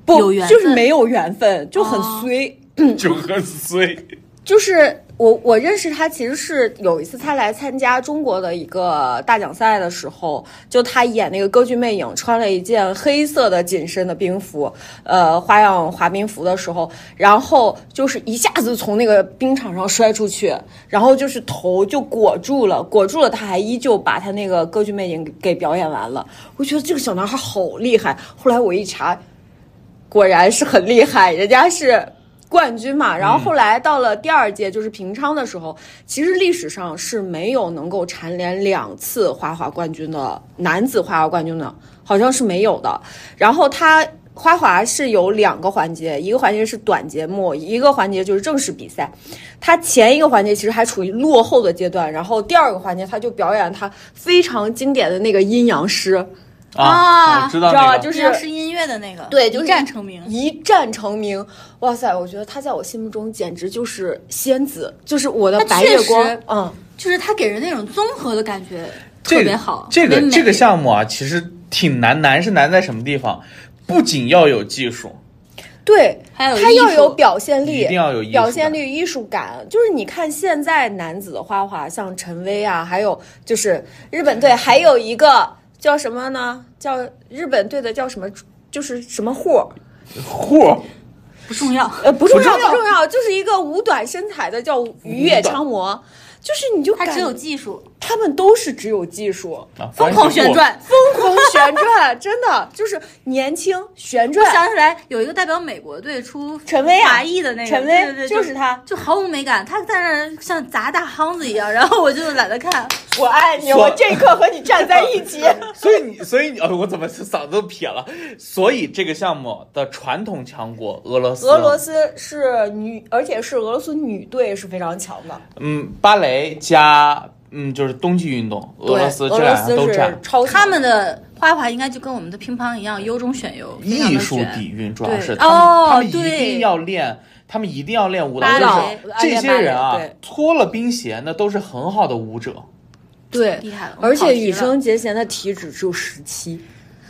[SPEAKER 1] 不
[SPEAKER 3] 有缘分
[SPEAKER 1] 就是没有缘分，就很
[SPEAKER 3] 哦
[SPEAKER 1] 衰。
[SPEAKER 2] 就很碎，
[SPEAKER 1] 就是我我认识他，其实是有一次他来参加中国的一个大奖赛的时候，就他演那个歌剧魅影，穿了一件黑色的紧身的冰服，呃，花样滑冰服的时候，然后就是一下子从那个冰场上摔出去，然后就是头就裹住了，裹住了，他还依旧把他那个歌剧魅影给表演完了。我觉得这个小男孩好厉害。后来我一查，果然是很厉害，人家是冠军嘛。然后后来到了第二届，就是平昌的时候，其实历史上是没有能够蝉联两次花滑冠军的男子花滑冠军的，好像是没有的。然后他。花滑是有两个环节，一个环节是短节目，一个环节就是正式比赛。他前一个环节其实还处于落后的阶段，然后第二个环节他就表演他非常经典的那个阴阳师，
[SPEAKER 3] 啊
[SPEAKER 2] 我知道
[SPEAKER 1] 知道
[SPEAKER 2] 那
[SPEAKER 1] 吧
[SPEAKER 2] 个，
[SPEAKER 1] 就是
[SPEAKER 3] 是是音乐的那个，
[SPEAKER 1] 对就是
[SPEAKER 3] 一战成名。
[SPEAKER 1] 一战成名，哇塞！我觉得他在我心目中简直就是仙子，就是我的
[SPEAKER 3] 他
[SPEAKER 1] 白
[SPEAKER 3] 确
[SPEAKER 1] 月
[SPEAKER 3] 实
[SPEAKER 1] 光。嗯，
[SPEAKER 3] 就是他给人那种综合的感觉特
[SPEAKER 2] 这
[SPEAKER 3] 别
[SPEAKER 2] 个
[SPEAKER 3] 好，
[SPEAKER 2] 这
[SPEAKER 3] 特别
[SPEAKER 2] 个
[SPEAKER 3] 美
[SPEAKER 2] 这个项目啊，其实挺难，难是难在什么地方？不仅要有技术，
[SPEAKER 1] 对，
[SPEAKER 3] 还有
[SPEAKER 1] 他
[SPEAKER 3] 艺
[SPEAKER 1] 要
[SPEAKER 3] 术
[SPEAKER 1] 有表现力，
[SPEAKER 2] 一定要有艺术
[SPEAKER 1] 表现
[SPEAKER 2] 感
[SPEAKER 1] 力、艺术感。就是你看现在男子的花滑，像陈薇啊，还有就是日本队，还有一个叫什么呢？叫日本队的叫什么？就是什么户儿，
[SPEAKER 2] 嚯，
[SPEAKER 3] 不重要。
[SPEAKER 1] 呃，不重要，
[SPEAKER 2] 不重要
[SPEAKER 1] 不重要，就是一个五短身材的叫鱼野昌磨，就是你就
[SPEAKER 3] 他
[SPEAKER 1] 感
[SPEAKER 3] 只有技术，
[SPEAKER 1] 他们都是只有技术，
[SPEAKER 2] 啊
[SPEAKER 3] 疯狂旋，转。
[SPEAKER 1] 疯狂旋转，真的就是年轻旋
[SPEAKER 3] 我
[SPEAKER 1] 转。
[SPEAKER 3] 想起来有一个代表美国队出
[SPEAKER 1] 陈薇啊
[SPEAKER 3] 华裔的那个
[SPEAKER 1] 陈
[SPEAKER 3] 对
[SPEAKER 1] 薇
[SPEAKER 3] 对对，
[SPEAKER 1] 就是她
[SPEAKER 3] 就毫无美感，他在那儿像砸大夯子一样，然后我就懒得看。
[SPEAKER 4] 我爱你，
[SPEAKER 2] 所
[SPEAKER 4] 我这一刻和你站在一
[SPEAKER 1] <laughs>
[SPEAKER 4] 起。
[SPEAKER 2] 所以你，所以你，哦，我怎么嗓子都撇了？所以这个项目的传统强国俄罗斯，
[SPEAKER 4] 俄罗斯是女，而且是俄罗斯女队是非常强的。
[SPEAKER 2] 嗯，芭蕾加嗯，就是冬季运动，俄罗斯
[SPEAKER 1] 对
[SPEAKER 2] 这
[SPEAKER 1] 俄罗
[SPEAKER 2] 两样
[SPEAKER 1] 斯
[SPEAKER 2] 都
[SPEAKER 1] 是
[SPEAKER 2] 占
[SPEAKER 1] 超强
[SPEAKER 3] 他们的花滑应该就跟我们的乒乓一样，优中选优，非常地
[SPEAKER 2] 艺术
[SPEAKER 3] 卷
[SPEAKER 2] 底蕴，主要是
[SPEAKER 3] 对
[SPEAKER 2] 他们、
[SPEAKER 3] 哦
[SPEAKER 2] 他们一
[SPEAKER 3] 对
[SPEAKER 2] 定要练，他们一定要练舞蹈，
[SPEAKER 3] 芭
[SPEAKER 2] 就
[SPEAKER 3] 蕾
[SPEAKER 2] 是这些人
[SPEAKER 1] 啊
[SPEAKER 2] 啊
[SPEAKER 1] 练芭蕾，
[SPEAKER 2] 脱了冰鞋那都是很好的舞者。
[SPEAKER 1] 对
[SPEAKER 3] 厉害了我们
[SPEAKER 1] 而
[SPEAKER 3] 跑
[SPEAKER 1] 且
[SPEAKER 3] 题
[SPEAKER 1] 羽
[SPEAKER 3] 了
[SPEAKER 1] 生结弦的体脂只有十七，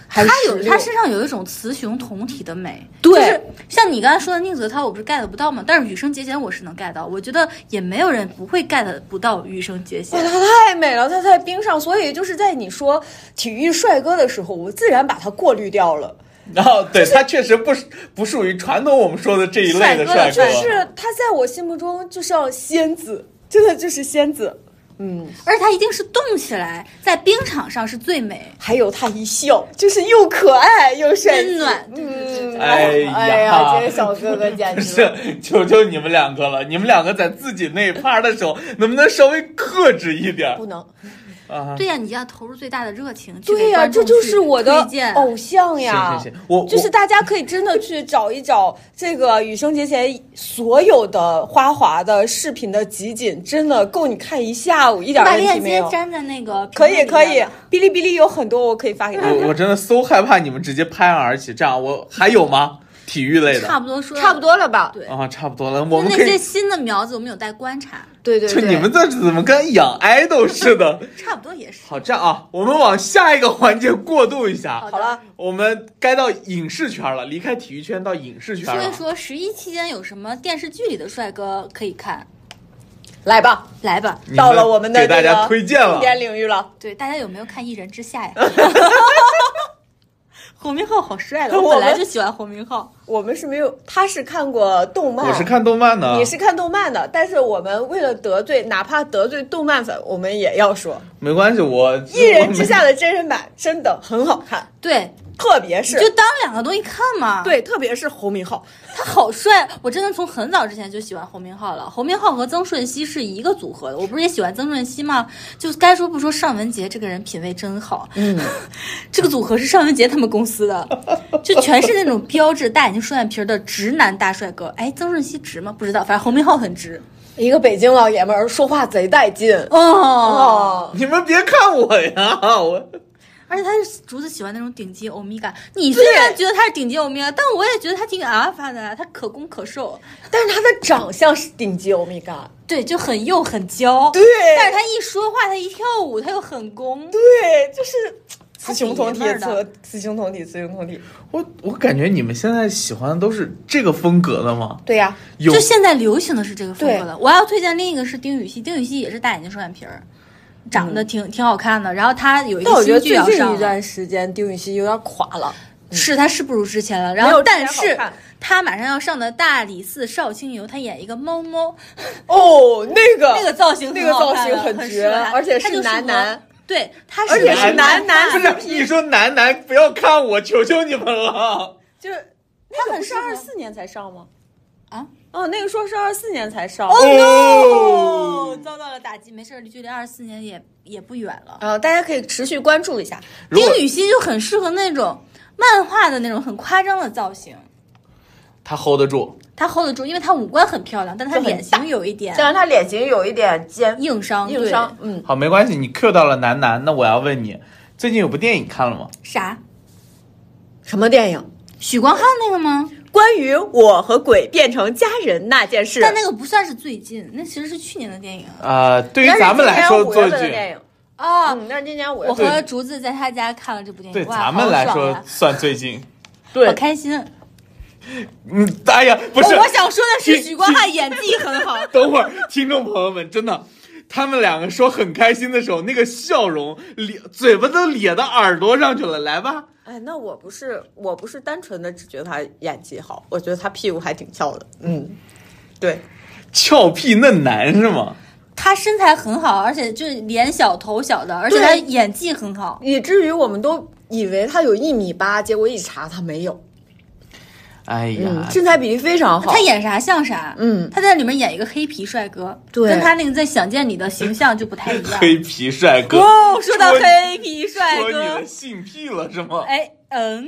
[SPEAKER 5] 还是
[SPEAKER 3] 他有
[SPEAKER 5] 16
[SPEAKER 3] 他身上有一种雌雄同体的美，
[SPEAKER 5] 对
[SPEAKER 3] 就是像你刚才说的宁泽涛，我不是 get 不到吗？但是羽生结弦我是能 get 到，我觉得也没有人不会 get 不到羽生结弦
[SPEAKER 1] 哇，。她太美了，她在冰上，所以就是在你说体育帅哥的时候，我自然把它过滤掉了。
[SPEAKER 2] 然后对他确实不是不属于传统我们说的这一类的帅
[SPEAKER 3] 帅
[SPEAKER 2] 哥，
[SPEAKER 3] 哥
[SPEAKER 1] 但是她在我心目中就像仙子，真的就是仙子。嗯
[SPEAKER 3] 而且她一定是动起来，在冰场上是最美。
[SPEAKER 1] 还有她一笑，就是又可爱又帅气
[SPEAKER 3] 真暖对对对
[SPEAKER 1] 嗯，
[SPEAKER 3] 对
[SPEAKER 2] 哎呀
[SPEAKER 1] 哎呀，这个小哥哥简
[SPEAKER 2] 不
[SPEAKER 1] 直了。
[SPEAKER 2] 是，求求你们两个了！你们两个在自己那一趴的时候，能不能稍微克制一点
[SPEAKER 1] 不能，
[SPEAKER 2] 啊？
[SPEAKER 3] 对呀、你要投入最大的热情去
[SPEAKER 1] 对
[SPEAKER 3] 给
[SPEAKER 1] 呀、
[SPEAKER 3] 观
[SPEAKER 1] 这
[SPEAKER 3] 众
[SPEAKER 1] 就是我的
[SPEAKER 3] 去推荐
[SPEAKER 1] 偶像
[SPEAKER 2] 行
[SPEAKER 1] 呀！
[SPEAKER 2] 行行，我
[SPEAKER 1] 就是大家可以真的去找一找这个羽生结弦所有的花滑的视频的集锦，真的够你看一下午，一点
[SPEAKER 3] 把
[SPEAKER 1] 问题
[SPEAKER 3] 链
[SPEAKER 1] 没
[SPEAKER 3] 接
[SPEAKER 1] 有。
[SPEAKER 3] 粘在那个
[SPEAKER 1] 可以
[SPEAKER 3] 评
[SPEAKER 1] 可
[SPEAKER 3] 论里
[SPEAKER 1] 以
[SPEAKER 3] 面吧，
[SPEAKER 1] 哔哩哔哩有很多，我可以发给大
[SPEAKER 2] 我我
[SPEAKER 1] 家。
[SPEAKER 2] 我真的搜害怕你们直接拍案而起，这样我还有吗？体育类的
[SPEAKER 3] 差不多说
[SPEAKER 1] 差不。多了吧？
[SPEAKER 3] 对
[SPEAKER 2] 啊，差不多了，我
[SPEAKER 3] 就
[SPEAKER 2] 们
[SPEAKER 3] 那
[SPEAKER 2] 可
[SPEAKER 3] 些
[SPEAKER 2] 以。
[SPEAKER 3] 新的苗子，我们有待观察，
[SPEAKER 1] 对对 <laughs>
[SPEAKER 2] 就
[SPEAKER 1] 对，
[SPEAKER 2] 你们这怎么跟养 idol 似的？
[SPEAKER 3] 差不多也是。
[SPEAKER 2] 好，这样啊，我们往下一个环节过渡一下。
[SPEAKER 3] 好
[SPEAKER 1] 好了，
[SPEAKER 2] 我们该到影视圈了，离开体育圈到影视圈
[SPEAKER 3] 说一
[SPEAKER 2] 了。
[SPEAKER 3] 说十一期间有什么电视剧里的帅哥可以看？
[SPEAKER 1] 来吧，
[SPEAKER 3] 来吧，
[SPEAKER 2] 你
[SPEAKER 1] 到了我们的
[SPEAKER 2] 给大
[SPEAKER 1] 这
[SPEAKER 2] 家
[SPEAKER 1] 个
[SPEAKER 2] 推荐了
[SPEAKER 1] 重点领域了。
[SPEAKER 3] 对大家有没有看《一人之下》呀？
[SPEAKER 2] <laughs>
[SPEAKER 3] <laughs> 侯明昊好帅的，
[SPEAKER 1] 我
[SPEAKER 3] 我本来
[SPEAKER 1] 们
[SPEAKER 3] 就喜欢侯明昊。
[SPEAKER 1] 我们是没有，他是看过动漫，
[SPEAKER 2] 我是看动漫的，
[SPEAKER 1] 你是看动漫的，但是我们为了得罪，哪怕得罪动漫粉，我们也要
[SPEAKER 2] <laughs>
[SPEAKER 1] 说，
[SPEAKER 2] 没关系，我
[SPEAKER 1] 《一人之下》的真人版真的很好看，
[SPEAKER 3] 对，
[SPEAKER 1] 特别
[SPEAKER 3] 你就是当两个东西看嘛。，
[SPEAKER 1] 对，特别是侯明昊，
[SPEAKER 3] 他好帅，我真的从很早之前就喜欢侯明昊了。侯明昊和曾舜晞是一个组合的，我不是也喜欢曾舜晞吗？就该说不说，尚雯婕这个人品味真好。嗯，这个组合是尚雯婕他们公司的， <laughs> 就全是那种标志大眼睛双眼皮儿的直男大帅哥。哎，曾舜晞直吗？不知道，反正侯明昊很直。
[SPEAKER 1] <laughs> 一个北京老爷们儿说话贼带劲
[SPEAKER 3] 哦，
[SPEAKER 1] 哦，
[SPEAKER 2] 你们别看我呀，我
[SPEAKER 3] 而且他是竹子喜欢那种顶级欧米伽。你虽然觉得他是顶级欧米伽，但我也觉得他挺阿尔法的，他可攻可受，
[SPEAKER 1] 但是他的长相是顶级欧米伽，
[SPEAKER 3] 对，就很幼很娇。
[SPEAKER 1] 对
[SPEAKER 3] 但是他一说话，他一跳舞，他又很攻。
[SPEAKER 1] 对，就是雌雄同体
[SPEAKER 3] 他挺爷，们儿
[SPEAKER 1] 雌雌雄同体，雌雄同体，
[SPEAKER 2] <laughs> 我我感觉你们现在喜欢的都是这个风格的吗？
[SPEAKER 1] 对呀、
[SPEAKER 2] 有
[SPEAKER 3] 就现在流行的是这个风格
[SPEAKER 1] 对
[SPEAKER 3] 的。我要推荐另一个是丁禹兮，丁禹兮也是大眼睛双眼皮儿，长得挺、挺好看的。然后他有一
[SPEAKER 1] 但我
[SPEAKER 3] 个
[SPEAKER 1] 觉得
[SPEAKER 3] 新剧
[SPEAKER 1] 最
[SPEAKER 3] 要
[SPEAKER 1] 近
[SPEAKER 3] 上
[SPEAKER 1] 一
[SPEAKER 3] 了，
[SPEAKER 1] 段时间丁禹兮有点垮了，
[SPEAKER 3] 是他是不如之前了。然
[SPEAKER 1] 没
[SPEAKER 3] 后
[SPEAKER 1] 有之前
[SPEAKER 3] 但
[SPEAKER 1] 好
[SPEAKER 3] 是
[SPEAKER 1] 看
[SPEAKER 3] 他马上要上的《大理寺少卿游》，他演一个猫猫，
[SPEAKER 1] 哦，那个
[SPEAKER 3] 那个造型
[SPEAKER 1] 那
[SPEAKER 3] 很
[SPEAKER 1] 个
[SPEAKER 3] 好
[SPEAKER 1] 造
[SPEAKER 3] 看
[SPEAKER 1] 型
[SPEAKER 3] 的很
[SPEAKER 1] 绝，
[SPEAKER 3] 适合他
[SPEAKER 1] 而且
[SPEAKER 3] 他就是适合
[SPEAKER 1] 男男。。
[SPEAKER 3] 对，他
[SPEAKER 1] 而且
[SPEAKER 3] 是
[SPEAKER 1] 是男男
[SPEAKER 2] 不是你说男男不要看我，求求你们了。
[SPEAKER 1] 就是那
[SPEAKER 3] 很
[SPEAKER 1] 个不是
[SPEAKER 3] 适合
[SPEAKER 1] 二四年才上吗？
[SPEAKER 3] 啊？
[SPEAKER 1] 哦，那个说是二四年才上。嗯
[SPEAKER 2] 哦
[SPEAKER 3] 哦，遭到了打击，没事儿，距离二四年也也不远了。
[SPEAKER 1] 呃，大家可以持续关注一下。
[SPEAKER 2] 如
[SPEAKER 3] 丁
[SPEAKER 2] 果
[SPEAKER 3] 禹兮就很适合那种漫画的那种很夸张的造型，
[SPEAKER 2] 他 hold 得住，
[SPEAKER 3] 她 hold 得住，因为她五官很漂亮，但她
[SPEAKER 1] 就很
[SPEAKER 3] 脸型有一点
[SPEAKER 1] 虽然他脸型有一点尖，
[SPEAKER 3] 硬伤。
[SPEAKER 1] 硬伤，嗯，
[SPEAKER 2] 好，没关系，你 Q 到了男男，那我要问你，最近有部电影看了吗？
[SPEAKER 3] 对啥？
[SPEAKER 1] 什么电影？
[SPEAKER 3] 许光汉那个吗？
[SPEAKER 1] 关于我和鬼变成家人那件事。
[SPEAKER 3] 但那个不算是最近，那其实是去年的电影
[SPEAKER 2] 呃，对于咱们来说，
[SPEAKER 1] 作
[SPEAKER 2] 作
[SPEAKER 1] 剧
[SPEAKER 2] 剧，
[SPEAKER 1] 影，
[SPEAKER 3] 啊。
[SPEAKER 1] 嗯，那是今年五月
[SPEAKER 3] 我
[SPEAKER 1] 份。
[SPEAKER 3] 和竹子在他家看了这部电
[SPEAKER 2] 哦对
[SPEAKER 3] 影，哇，
[SPEAKER 2] 咱们
[SPEAKER 3] 好
[SPEAKER 2] 来
[SPEAKER 3] 爽
[SPEAKER 2] 说
[SPEAKER 3] 呀
[SPEAKER 2] 算最近。
[SPEAKER 3] 好
[SPEAKER 1] 对，
[SPEAKER 3] 开心。哦
[SPEAKER 2] 嗯，哎呀，不是，
[SPEAKER 3] 我想说的是，
[SPEAKER 2] 你
[SPEAKER 3] 许光汉演技很好。
[SPEAKER 2] <laughs> 等会儿，听众朋友们，真的，他们两个说很开心的时候，那个笑容咧，嘴巴都咧到耳朵上去了。来吧，
[SPEAKER 1] 哎，那我不是我不是单纯的只觉得他演技好，我觉得他屁股还挺翘的。嗯，对，
[SPEAKER 2] 俏皮嫩男是吗？
[SPEAKER 3] 他身材很好，而且就是脸小头小的，而且他
[SPEAKER 1] 对
[SPEAKER 3] 演技很好。
[SPEAKER 1] 以至于我们都以为他有一米八，结果一查他没有。
[SPEAKER 2] 哎
[SPEAKER 1] 嗯
[SPEAKER 2] 呀，，
[SPEAKER 1] 身材比例非常好
[SPEAKER 3] 他。演啥像啥，
[SPEAKER 1] 嗯
[SPEAKER 3] 他在里面演一个黑皮帅哥，
[SPEAKER 1] 对
[SPEAKER 3] 跟他那个在《想见你》的形象就不太一样。
[SPEAKER 2] 黑皮帅哥，
[SPEAKER 3] 哦，说到黑皮帅
[SPEAKER 2] 说你
[SPEAKER 3] 哥哎嗯
[SPEAKER 2] 的，性癖了是吗？
[SPEAKER 3] 哎，嗯，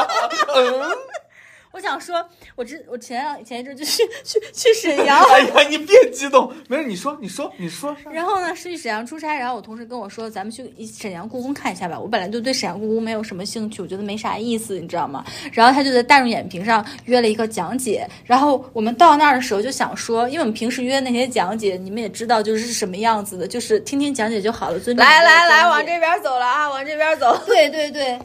[SPEAKER 3] <laughs> 我想说，我之我前两前一阵就去去去沈阳，
[SPEAKER 2] <laughs>
[SPEAKER 3] <laughs>
[SPEAKER 2] 哎呀，你别激动，没事，你说，你说，你说啥？
[SPEAKER 3] 然后呢是去沈阳出差，然后我同事跟我说，咱们去沈阳故宫看一下吧。我本来就对沈阳故宫没有什么兴趣，我觉得没啥意思，你知道吗？然后他就在大众点评上约了一个讲解，然后我们到那儿的时候就想说，因为我们平时约那些讲解，你们也知道就是什么样子的，就是听听讲解就好了，尊
[SPEAKER 1] <laughs>
[SPEAKER 3] 重
[SPEAKER 1] 来来
[SPEAKER 3] <laughs>
[SPEAKER 1] 来，
[SPEAKER 3] 我
[SPEAKER 1] 往这边走了啊，往这边走。 <laughs>
[SPEAKER 3] 对对对，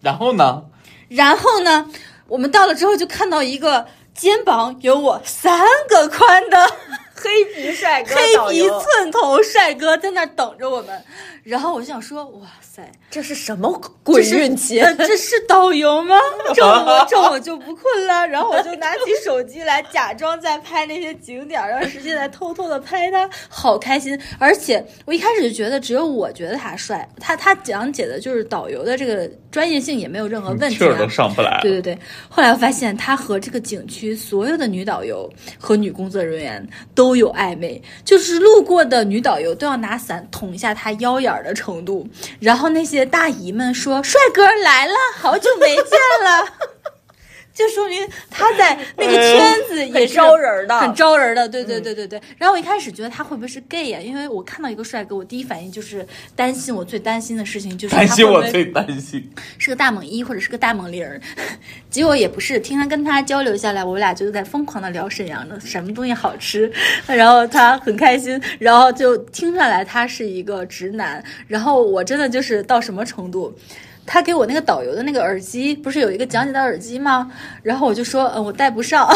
[SPEAKER 2] 然后呢？
[SPEAKER 3] 然后呢，我们到了之后就看到一个肩膀有我三个宽
[SPEAKER 1] <laughs>
[SPEAKER 3] 的
[SPEAKER 1] 黑皮帅哥
[SPEAKER 3] 黑
[SPEAKER 1] 导
[SPEAKER 3] 皮
[SPEAKER 1] 游，
[SPEAKER 3] 寸头帅哥在那儿等着我们，然后我就想说，哇塞，
[SPEAKER 5] 这是什么鬼
[SPEAKER 3] 这是
[SPEAKER 5] 运气？
[SPEAKER 1] <laughs>
[SPEAKER 3] 呃这是导游吗？这我这我就不困了。然后我就拿起手机来假装在拍那些景点儿，然后实际在偷偷的拍他，好开心。而且我一开始就觉得只有我觉得他帅，他他讲解的就是导游的这个专业性也没有任何问题、
[SPEAKER 2] 气儿
[SPEAKER 3] 啊
[SPEAKER 2] 都。上不来
[SPEAKER 3] 对
[SPEAKER 2] 了。
[SPEAKER 3] 对对，后来我发现他和这个景区所有的女导游和女工作人员都有暧昧，就是路过的女导游都要拿伞捅一下他腰眼儿的程度，然后那些大姨们说：“帅哥来了，好久没见了。”就说明他在那个圈子也
[SPEAKER 1] 很
[SPEAKER 3] 是
[SPEAKER 1] 招人的
[SPEAKER 3] 很招人的，对嗯对对对对。然后我一开始觉得他会不会是 gay 呀、因为我看到一个帅哥，我第一反应就是担心，我最担心的事情就是他
[SPEAKER 2] 担心
[SPEAKER 3] 会不
[SPEAKER 2] 我
[SPEAKER 3] 会
[SPEAKER 2] 最担心， <laughs>
[SPEAKER 3] 是个大猛一或者是个大猛零儿， <laughs> 结果也不是。听他跟他交流下来，我俩就在疯狂的聊沈阳的什么东西好吃， <laughs> 然后他很开心，然后就听下来他是一个直男，然后我真的就是到什么程度。他给我那个导游的那个耳机，不是有一个讲解的耳机吗？然后我就说，嗯、我戴不上， <laughs>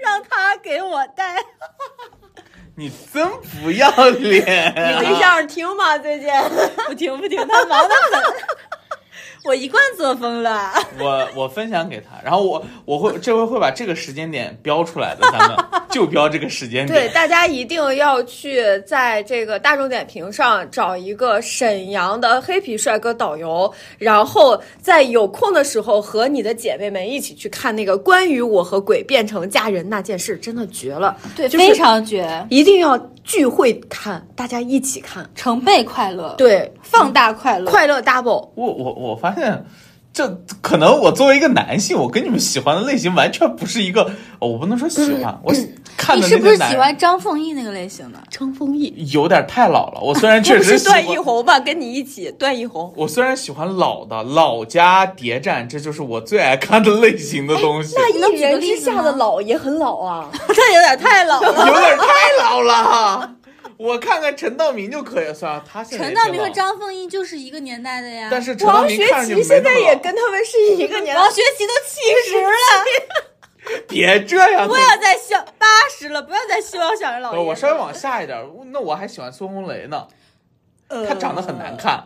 [SPEAKER 3] 让他给我戴。
[SPEAKER 2] 你真不要脸！
[SPEAKER 3] 啊
[SPEAKER 1] 对象听吗？最近
[SPEAKER 3] 不听不听，他忙得很。 <laughs> 我一贯作风了。
[SPEAKER 2] 我我分享给他，然后我我会这回会把这个时间点标出来的，咱们就标这个时间
[SPEAKER 1] 对
[SPEAKER 2] 点。
[SPEAKER 1] 大家一定要去在这个大众点评上找一个沈阳的黑皮帅哥导游，然后在有空的时候和你的姐妹们一起去看那个关于我和鬼变成家人那件事，真的绝了。
[SPEAKER 3] 对，
[SPEAKER 1] 就是
[SPEAKER 3] 非常绝，
[SPEAKER 1] 一定要聚会看，大家一起看，
[SPEAKER 3] 成倍快乐，，
[SPEAKER 1] 对，
[SPEAKER 3] 放大快乐，
[SPEAKER 1] 快乐 double。
[SPEAKER 2] 我我我发现，这可能我作为一个男性，我跟你们喜欢的类型完全不是一个，哦我不能说喜欢，我看
[SPEAKER 3] 嗯你
[SPEAKER 2] 的
[SPEAKER 3] 是
[SPEAKER 2] 那
[SPEAKER 3] 不
[SPEAKER 2] 个
[SPEAKER 3] 是
[SPEAKER 2] 男
[SPEAKER 3] 喜欢张丰毅那个类型
[SPEAKER 2] <laughs>
[SPEAKER 3] 的？
[SPEAKER 1] 程风毅，
[SPEAKER 2] 有点太老了。我虽然确
[SPEAKER 1] 不
[SPEAKER 2] 实
[SPEAKER 1] 是
[SPEAKER 2] 喜欢
[SPEAKER 1] 段奕宏吧？跟你一起，段奕宏。
[SPEAKER 2] 我虽然喜欢老的老加谍战，这就是我最爱看的类型
[SPEAKER 3] 哎
[SPEAKER 2] 的东西，
[SPEAKER 3] 能举个例子吗
[SPEAKER 1] 老也很老啊，
[SPEAKER 3] 这有点太老
[SPEAKER 2] <laughs>
[SPEAKER 3] 了。
[SPEAKER 2] 有点太老了。我看看陈道明就可以，算了，他现在
[SPEAKER 3] 陈
[SPEAKER 2] 也
[SPEAKER 3] 道
[SPEAKER 2] 挺
[SPEAKER 3] 明和
[SPEAKER 2] 老，
[SPEAKER 3] 张丰毅就是一个年代的呀。
[SPEAKER 2] 但是陈道
[SPEAKER 1] 王
[SPEAKER 2] 明
[SPEAKER 1] 学
[SPEAKER 2] 看上去
[SPEAKER 1] 圻
[SPEAKER 2] 没
[SPEAKER 1] 现
[SPEAKER 2] 那
[SPEAKER 1] 在
[SPEAKER 2] 么
[SPEAKER 1] 也
[SPEAKER 2] 老
[SPEAKER 1] 跟他们是一个年代
[SPEAKER 3] 王。学圻都七十了，
[SPEAKER 2] 别这样，
[SPEAKER 3] 不要再希八十了，不要再希望想着老
[SPEAKER 2] 不是呃
[SPEAKER 3] 爷了。
[SPEAKER 2] 我稍微往下一点，那我还喜欢孙红雷呢，
[SPEAKER 1] 呃
[SPEAKER 2] 他长得很难看。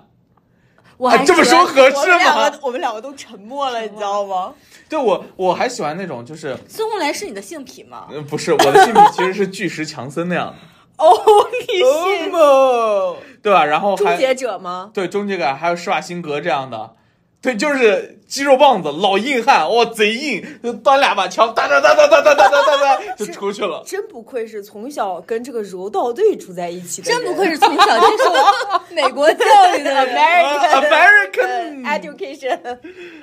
[SPEAKER 3] 我
[SPEAKER 2] 哎
[SPEAKER 3] 还
[SPEAKER 2] 这么
[SPEAKER 3] 喜欢
[SPEAKER 2] 说合
[SPEAKER 1] 我
[SPEAKER 2] 适
[SPEAKER 1] 们两
[SPEAKER 2] 吗
[SPEAKER 1] 个？我们两个都沉默了，你知道吗？
[SPEAKER 2] 对我，我还喜欢那种就是，
[SPEAKER 3] 孙红雷是你的性癖吗？
[SPEAKER 2] 呃不是我的性癖其实是巨石强森那样的，
[SPEAKER 1] <laughs> 哦，你是
[SPEAKER 2] 哦，对吧？然后
[SPEAKER 1] 终
[SPEAKER 2] 还
[SPEAKER 1] 结者吗？
[SPEAKER 2] 对终结感，还有施瓦辛格这样的，对，就是肌肉棒子老硬汉，哇，贼硬，就端两把枪，哒哒哒哒哒哒哒哒哒
[SPEAKER 3] <laughs>
[SPEAKER 2] 哒就出去了。
[SPEAKER 1] 真不愧是从小跟这个柔道队住在一起的人，
[SPEAKER 3] 真不愧是从小接
[SPEAKER 2] <laughs>
[SPEAKER 3] 受美国教育的人。
[SPEAKER 1] <laughs>
[SPEAKER 2] 啊
[SPEAKER 1] American
[SPEAKER 2] American，
[SPEAKER 1] education。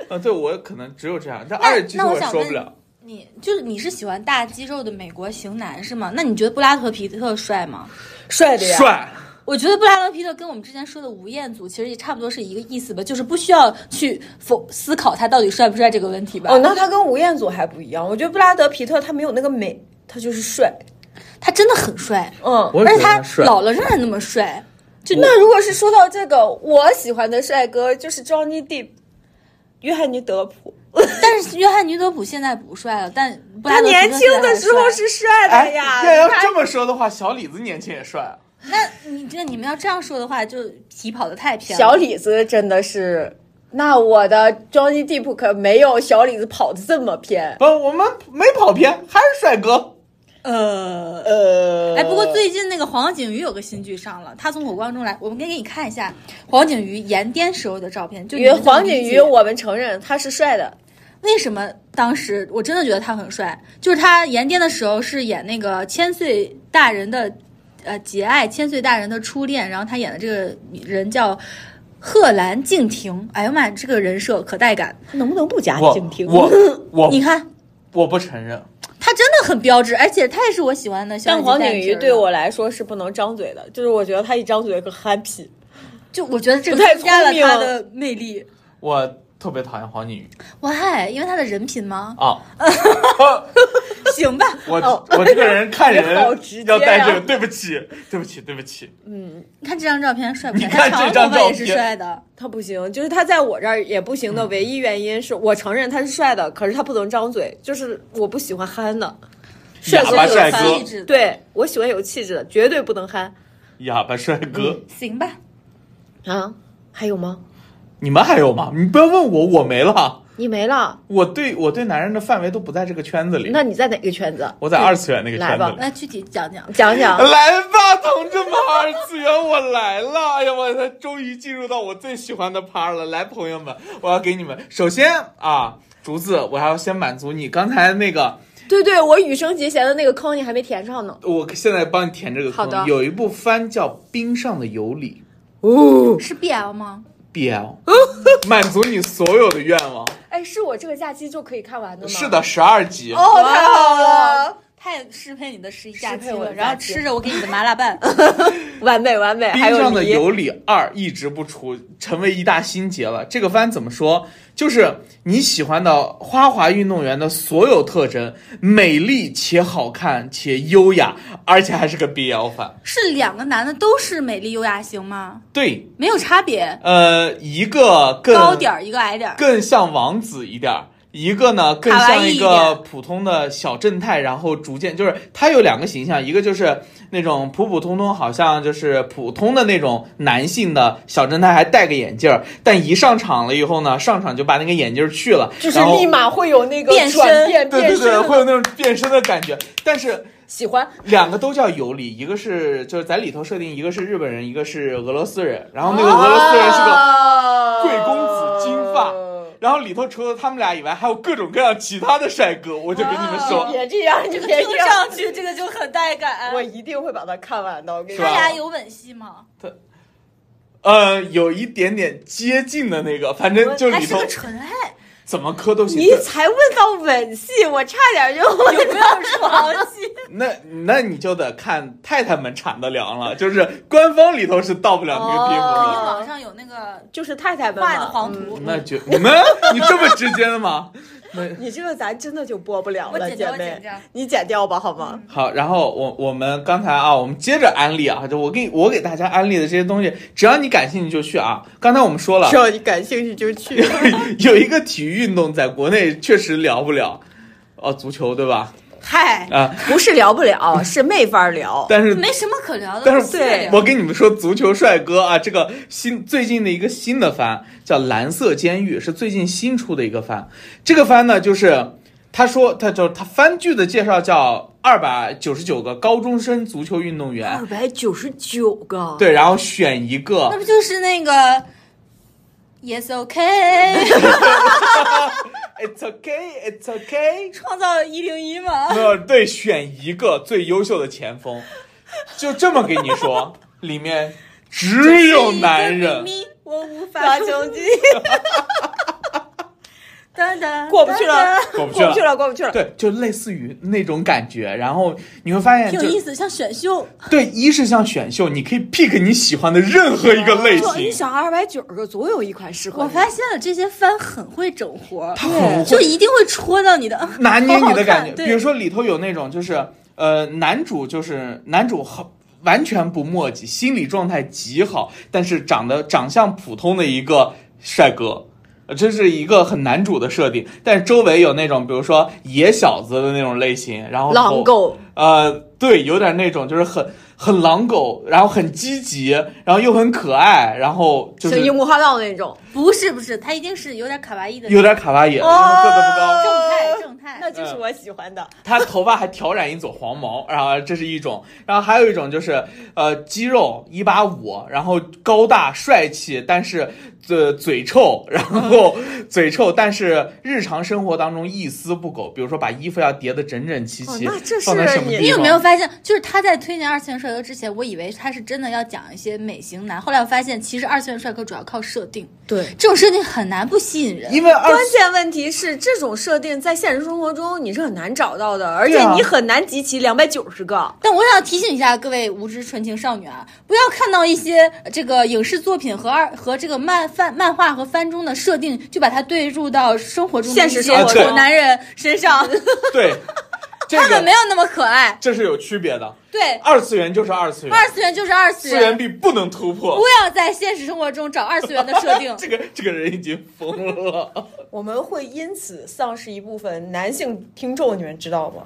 [SPEAKER 2] 啊，对我可能只有这样，但
[SPEAKER 3] 那
[SPEAKER 2] 二十其实
[SPEAKER 3] 那我想
[SPEAKER 2] 受
[SPEAKER 3] 问
[SPEAKER 2] 不了。
[SPEAKER 3] 你就是你是喜欢大肌肉的美国型男是吗？那你觉得布拉德皮特帅吗？
[SPEAKER 1] 帅
[SPEAKER 3] 啊
[SPEAKER 1] 的呀，
[SPEAKER 2] 帅，
[SPEAKER 3] 我觉得布拉德皮特跟我们之前说的吴彦祖其实也差不多是一个意思吧，就是不需要去否思考他到底帅不帅这个问题吧。
[SPEAKER 1] 哦，那他跟吴彦祖还不一样，我觉得布拉德皮特他没有那个美，他就是帅。
[SPEAKER 3] 他真的很帅，
[SPEAKER 1] 嗯，
[SPEAKER 2] 我也
[SPEAKER 3] 而且
[SPEAKER 2] 觉得他帅
[SPEAKER 3] 老了仍然那么帅。就
[SPEAKER 1] 那如果是说到这个，我喜欢的帅哥就是 Johnny Depp，约翰尼德普。
[SPEAKER 3] 但是约翰尼德普现在不帅了，但布拉
[SPEAKER 1] 他
[SPEAKER 3] 德皮特
[SPEAKER 1] 年轻的时候
[SPEAKER 3] 现
[SPEAKER 1] 是帅
[SPEAKER 2] 哎
[SPEAKER 1] 的呀，
[SPEAKER 2] 要要
[SPEAKER 1] 他
[SPEAKER 2] 这么说的话，小李子年轻也帅。啊
[SPEAKER 3] 在还帅那你这你们要这样说的话，就题跑的太偏了。
[SPEAKER 1] 小李子真的是。那我的 Johnny Depp 可没有小李子跑的这么偏。
[SPEAKER 2] 不，我们没跑偏，还是帅哥。
[SPEAKER 3] 呃。
[SPEAKER 2] 呃，
[SPEAKER 3] 哎，不过最近那个黄景瑜有个新剧上了，他从火光中来，我们可以给你看一下黄景瑜延癫时候的照片。就你
[SPEAKER 1] 与
[SPEAKER 3] 们怎么
[SPEAKER 1] 黄景
[SPEAKER 3] 理
[SPEAKER 1] 瑜，
[SPEAKER 3] 解
[SPEAKER 1] 我们承认他是帅的，
[SPEAKER 3] 为什么当时我真的觉得他很帅？就是他演癫的时候是演那个千岁大人的，呃，节爱千岁大人的初恋，然后他演的这个人叫贺兰敬亭。哎呀妈，呀，这个人设可带感，
[SPEAKER 5] 能不能不加
[SPEAKER 2] 我
[SPEAKER 5] 静听？
[SPEAKER 1] <laughs>
[SPEAKER 2] 我我
[SPEAKER 3] 你看
[SPEAKER 2] 我不承认，
[SPEAKER 3] 他真的很标志，而且他也是我喜欢的小
[SPEAKER 1] 但
[SPEAKER 3] 眼睛
[SPEAKER 1] 黄
[SPEAKER 3] 戴眼
[SPEAKER 1] 景
[SPEAKER 3] 镜
[SPEAKER 1] 瑜
[SPEAKER 3] 儿的。
[SPEAKER 1] 对我来说是不能张嘴的，就是我觉得他一张嘴很 happy。
[SPEAKER 3] 就我觉得这个
[SPEAKER 1] 不太
[SPEAKER 3] 增加了
[SPEAKER 1] 聪明
[SPEAKER 3] 他的魅力。
[SPEAKER 2] 我特别讨厌黄景瑜
[SPEAKER 3] 喂，因为他的人品吗？ <laughs>
[SPEAKER 2] 啊。
[SPEAKER 1] <laughs>
[SPEAKER 3] 行吧，
[SPEAKER 2] 我我这个人看人
[SPEAKER 1] 哦 <laughs> 好直接
[SPEAKER 2] 要
[SPEAKER 1] 啊
[SPEAKER 2] 带这个，对不起，对不起，对不起。
[SPEAKER 1] 嗯
[SPEAKER 3] 你看这张照片帅不帅？
[SPEAKER 2] 你看
[SPEAKER 3] 他长
[SPEAKER 2] 这张
[SPEAKER 3] 头发也
[SPEAKER 2] 照
[SPEAKER 3] 是
[SPEAKER 2] 片
[SPEAKER 3] 帅的。
[SPEAKER 1] 他不行，就是他在我这儿也不行的
[SPEAKER 2] 嗯
[SPEAKER 1] 唯一原因是我承认他是帅的，可是他不能张嘴，就是我不喜欢憨的，帅
[SPEAKER 2] 哑
[SPEAKER 1] 哥
[SPEAKER 2] 巴
[SPEAKER 1] 就是
[SPEAKER 2] 帅哥
[SPEAKER 1] 憨
[SPEAKER 3] 气质的，
[SPEAKER 1] 对我喜欢有气质的，绝对不能憨
[SPEAKER 2] 哑巴帅哥，
[SPEAKER 1] 嗯
[SPEAKER 3] 嗯行吧，
[SPEAKER 1] 啊！还有吗？
[SPEAKER 2] 你们还有吗？你不要问我，我没了。
[SPEAKER 1] 你没了？
[SPEAKER 2] 我对我对男人的范围都不在这个圈子里。
[SPEAKER 1] 那你在哪个圈子？
[SPEAKER 2] 我在呃二次元那个圈
[SPEAKER 1] 来
[SPEAKER 2] 子
[SPEAKER 1] 吧
[SPEAKER 2] 里。
[SPEAKER 3] 来具体讲讲。
[SPEAKER 1] 讲讲。
[SPEAKER 2] <laughs> 来吧，同志们，二次元我来了！哎呀，我才终于进入到我最喜欢的趴了。来，朋友们，我要给你们，首先啊，竹子，我还要先满足你刚才那个，
[SPEAKER 1] 对对，我羽生结弦的那个坑你还没填上呢。
[SPEAKER 2] 我现在帮你填这个
[SPEAKER 1] 好的
[SPEAKER 2] 坑。有一部番叫《冰上的尤里
[SPEAKER 1] 哦，
[SPEAKER 3] 是 BL 吗？》
[SPEAKER 1] <laughs>
[SPEAKER 2] ，BL，满足你所有的愿望。
[SPEAKER 1] 哎，是我这个假期就可以看完的吗？
[SPEAKER 2] 是的，，十二集。
[SPEAKER 1] 哦，太好了，
[SPEAKER 3] 太适配你的十一假期
[SPEAKER 1] 适配我
[SPEAKER 3] 了，
[SPEAKER 1] 的
[SPEAKER 3] 然后
[SPEAKER 1] 假期
[SPEAKER 3] 吃着我给你的麻辣拌，
[SPEAKER 1] 完美完美。
[SPEAKER 2] 冰
[SPEAKER 1] 还有
[SPEAKER 2] 上的
[SPEAKER 1] 梨
[SPEAKER 2] 尤里二一直不出，成为一大心结了。这个番怎么说？就是你喜欢的花滑运动员的所有特征，美丽且好看且优雅，而且还是个 BL 番。
[SPEAKER 3] 是两个男的都是美丽优雅型吗？
[SPEAKER 2] 对，
[SPEAKER 3] 没有差别，
[SPEAKER 2] 呃，一个更
[SPEAKER 3] 高点儿一个矮点儿，
[SPEAKER 2] 更像王子一点儿。一个呢，更
[SPEAKER 3] 卡哇
[SPEAKER 2] 像
[SPEAKER 3] 伊
[SPEAKER 2] 一
[SPEAKER 3] 一
[SPEAKER 2] 个
[SPEAKER 3] 点
[SPEAKER 2] 普通的小正太，然后逐渐就是他有两个形象，一个就是那种普普通通，好像就是普通的那种男性的小正太，还戴个眼镜儿，但一上场了以后呢，上场就把那个眼镜儿去了，
[SPEAKER 1] 就是
[SPEAKER 2] 然后
[SPEAKER 1] 立马会有那个
[SPEAKER 3] 变身
[SPEAKER 1] 转变
[SPEAKER 2] <laughs> 对
[SPEAKER 1] 变
[SPEAKER 2] 对对，
[SPEAKER 1] 身，
[SPEAKER 2] 会有那种变身的感觉。但是
[SPEAKER 1] 喜欢。
[SPEAKER 2] 两个都叫尤里，一个是就是在里头设定，一个是日本人，一个是俄罗斯人，然后那
[SPEAKER 1] 哦
[SPEAKER 2] 个俄罗斯人是个
[SPEAKER 3] 哦
[SPEAKER 2] 贵公子金发然后里头除了他们俩以外，还有各种各样其他的帅哥，我就跟你们
[SPEAKER 1] 你
[SPEAKER 2] 说，
[SPEAKER 1] 别这样，你别这
[SPEAKER 3] 听
[SPEAKER 1] 样，
[SPEAKER 3] 上去这个就很带
[SPEAKER 1] <laughs>
[SPEAKER 3] 感
[SPEAKER 1] 我。一定会把它看完的。我跟你
[SPEAKER 2] 是
[SPEAKER 3] 他
[SPEAKER 2] 吧
[SPEAKER 3] 俩有吻戏吗？
[SPEAKER 2] 呃，有一点点接近的那个，反正就
[SPEAKER 3] 还
[SPEAKER 2] 里
[SPEAKER 3] 是
[SPEAKER 2] 头
[SPEAKER 3] 个纯爱，
[SPEAKER 2] 怎么磕都行。
[SPEAKER 1] 你才问到吻戏，我差点就问到床戏。
[SPEAKER 2] 那那你就得看太太们产的粮了，就是官方里头是到不了那个地步
[SPEAKER 3] 因为
[SPEAKER 2] 的。
[SPEAKER 1] 哦
[SPEAKER 3] 网上有那个
[SPEAKER 1] <laughs> 就是太太们嘛
[SPEAKER 3] 画的黄
[SPEAKER 1] 嗯
[SPEAKER 3] 图。
[SPEAKER 2] 啊那就你们你这么直接的吗？ <laughs> 那
[SPEAKER 1] 你这个咱真的就播不了
[SPEAKER 3] 我
[SPEAKER 1] 了，
[SPEAKER 3] 剪
[SPEAKER 1] 姐
[SPEAKER 3] 掉，我剪
[SPEAKER 1] 妹，
[SPEAKER 3] 掉。嗯
[SPEAKER 1] 你剪掉吧，好吗？
[SPEAKER 2] 好，然后我我们刚才啊，我们接着安利啊，就我给我给大家安利的这些东西，只要你感兴趣就去啊。刚才我们说了
[SPEAKER 1] 只，要你感兴趣就去。
[SPEAKER 2] <laughs> 有一个体育运动在国内确实聊不了，哦，足球对吧？
[SPEAKER 3] 嗨，
[SPEAKER 2] 啊，
[SPEAKER 1] 不是聊不了，是没法聊。
[SPEAKER 2] 但是
[SPEAKER 3] 没什么可聊的。
[SPEAKER 2] 但是
[SPEAKER 3] 对
[SPEAKER 2] 我跟你们说，足球帅哥啊，这个新最近的一个新的番叫《蓝色监狱》，是最近新出的一个番。这个番呢，就是他说他就他番剧的介绍叫二百九十九个高中生足球运动员，
[SPEAKER 1] 百九十九个，
[SPEAKER 2] 对，然后选一个
[SPEAKER 3] 那不就是那个 Yes OK
[SPEAKER 2] ，It's okay, It's okay。 <laughs>
[SPEAKER 3] 创造一零一吗？
[SPEAKER 2] 没有 <laughs> 对，选一个最优秀的前锋，就这么跟你说，里面只有男人。
[SPEAKER 3] 咪咪我无
[SPEAKER 1] 发
[SPEAKER 3] 法
[SPEAKER 1] 情
[SPEAKER 3] 冲 <laughs>
[SPEAKER 1] 机
[SPEAKER 3] 击。当当
[SPEAKER 1] 过不去了，
[SPEAKER 2] 过
[SPEAKER 1] 过
[SPEAKER 2] 不去了
[SPEAKER 1] 不去了，过不去
[SPEAKER 3] <laughs>
[SPEAKER 1] 了。
[SPEAKER 2] 对，就类似于那种感觉，然后你会发现
[SPEAKER 3] 挺
[SPEAKER 2] 就，
[SPEAKER 3] 有意思，像选秀。
[SPEAKER 2] 对，一是像选秀，你可以 pick 你喜欢的任何一个类
[SPEAKER 1] 说你
[SPEAKER 2] 型，
[SPEAKER 1] 想二百九十个，总有一款适合你。
[SPEAKER 3] 我发现了这些番很会整活，
[SPEAKER 2] 他很
[SPEAKER 3] 就
[SPEAKER 2] 会
[SPEAKER 3] 一定会戳到你的，啊
[SPEAKER 2] 拿捏你的感
[SPEAKER 3] 好好看
[SPEAKER 2] 觉。
[SPEAKER 3] 对
[SPEAKER 2] 比如说里头有那种就是，呃，男主就是男主很完全不墨迹，心理状态极好，但是长得长相普通的一个帅哥。呃这是一个很男主的设定，但是周围有那种，比如说野小子的那种类型，然后头
[SPEAKER 1] 狼狗，
[SPEAKER 2] 呃，对，有点那种，就是很很狼狗，然后很积极，然后又很可爱，然后就
[SPEAKER 1] 像
[SPEAKER 2] 是
[SPEAKER 1] 樱木花道那种，
[SPEAKER 3] <laughs> 不是不是，他一定是有点卡哇伊的
[SPEAKER 2] 有点卡哇
[SPEAKER 1] 哦
[SPEAKER 2] 伊，然后个子不高，
[SPEAKER 3] 正太正太，
[SPEAKER 1] <laughs> 那就是我喜欢的。
[SPEAKER 2] 他头发还挑染一撮黄毛，然后这是一种，然后还有一种就是呃肌肉一八五，然后高大帅气，但是呃嘴臭，然后嘴臭，但是日常生活当中一丝不苟，比如说把衣服要叠得整整齐
[SPEAKER 1] 哦
[SPEAKER 2] 齐，
[SPEAKER 1] 那这是
[SPEAKER 2] 放在什么
[SPEAKER 1] 你
[SPEAKER 2] 地方
[SPEAKER 3] 你有没有发现，就是他在推荐二次元帅哥之前，我以为他是真的要讲一些美型男，后来我发现其实二次元帅哥主要靠设定，
[SPEAKER 1] 对。
[SPEAKER 3] 这种设定很难不吸引人。
[SPEAKER 2] 因为二
[SPEAKER 1] 关键问题是，这种设定在现实生活中你是很难找到的，而且
[SPEAKER 2] 对啊
[SPEAKER 1] 你很难集齐两百九十个。
[SPEAKER 3] 但我想提醒一下各位无知纯情少女啊，不要看到一些呃这个影视作品和二和这个漫番漫画和番中的设定，就把它对入到生活中的
[SPEAKER 1] 现
[SPEAKER 3] 一
[SPEAKER 1] 实
[SPEAKER 3] 些啊
[SPEAKER 1] 生
[SPEAKER 2] 活
[SPEAKER 3] 丑
[SPEAKER 2] 中
[SPEAKER 3] 男人身上，
[SPEAKER 2] 对这
[SPEAKER 3] 他 <laughs> 们没
[SPEAKER 2] 个
[SPEAKER 3] 有那么可爱。
[SPEAKER 2] 这是有区别的，
[SPEAKER 3] <laughs> 对，
[SPEAKER 2] 二次元就是二次元，
[SPEAKER 3] 二次元就是二次
[SPEAKER 2] 次
[SPEAKER 3] 元
[SPEAKER 2] 元，壁不能突破。
[SPEAKER 3] 不。要在现实生活中找二次元的设定 <laughs>
[SPEAKER 2] 这个这个人已经疯了，
[SPEAKER 1] 我们会因此丧失一部分男性听众，你们知道吗？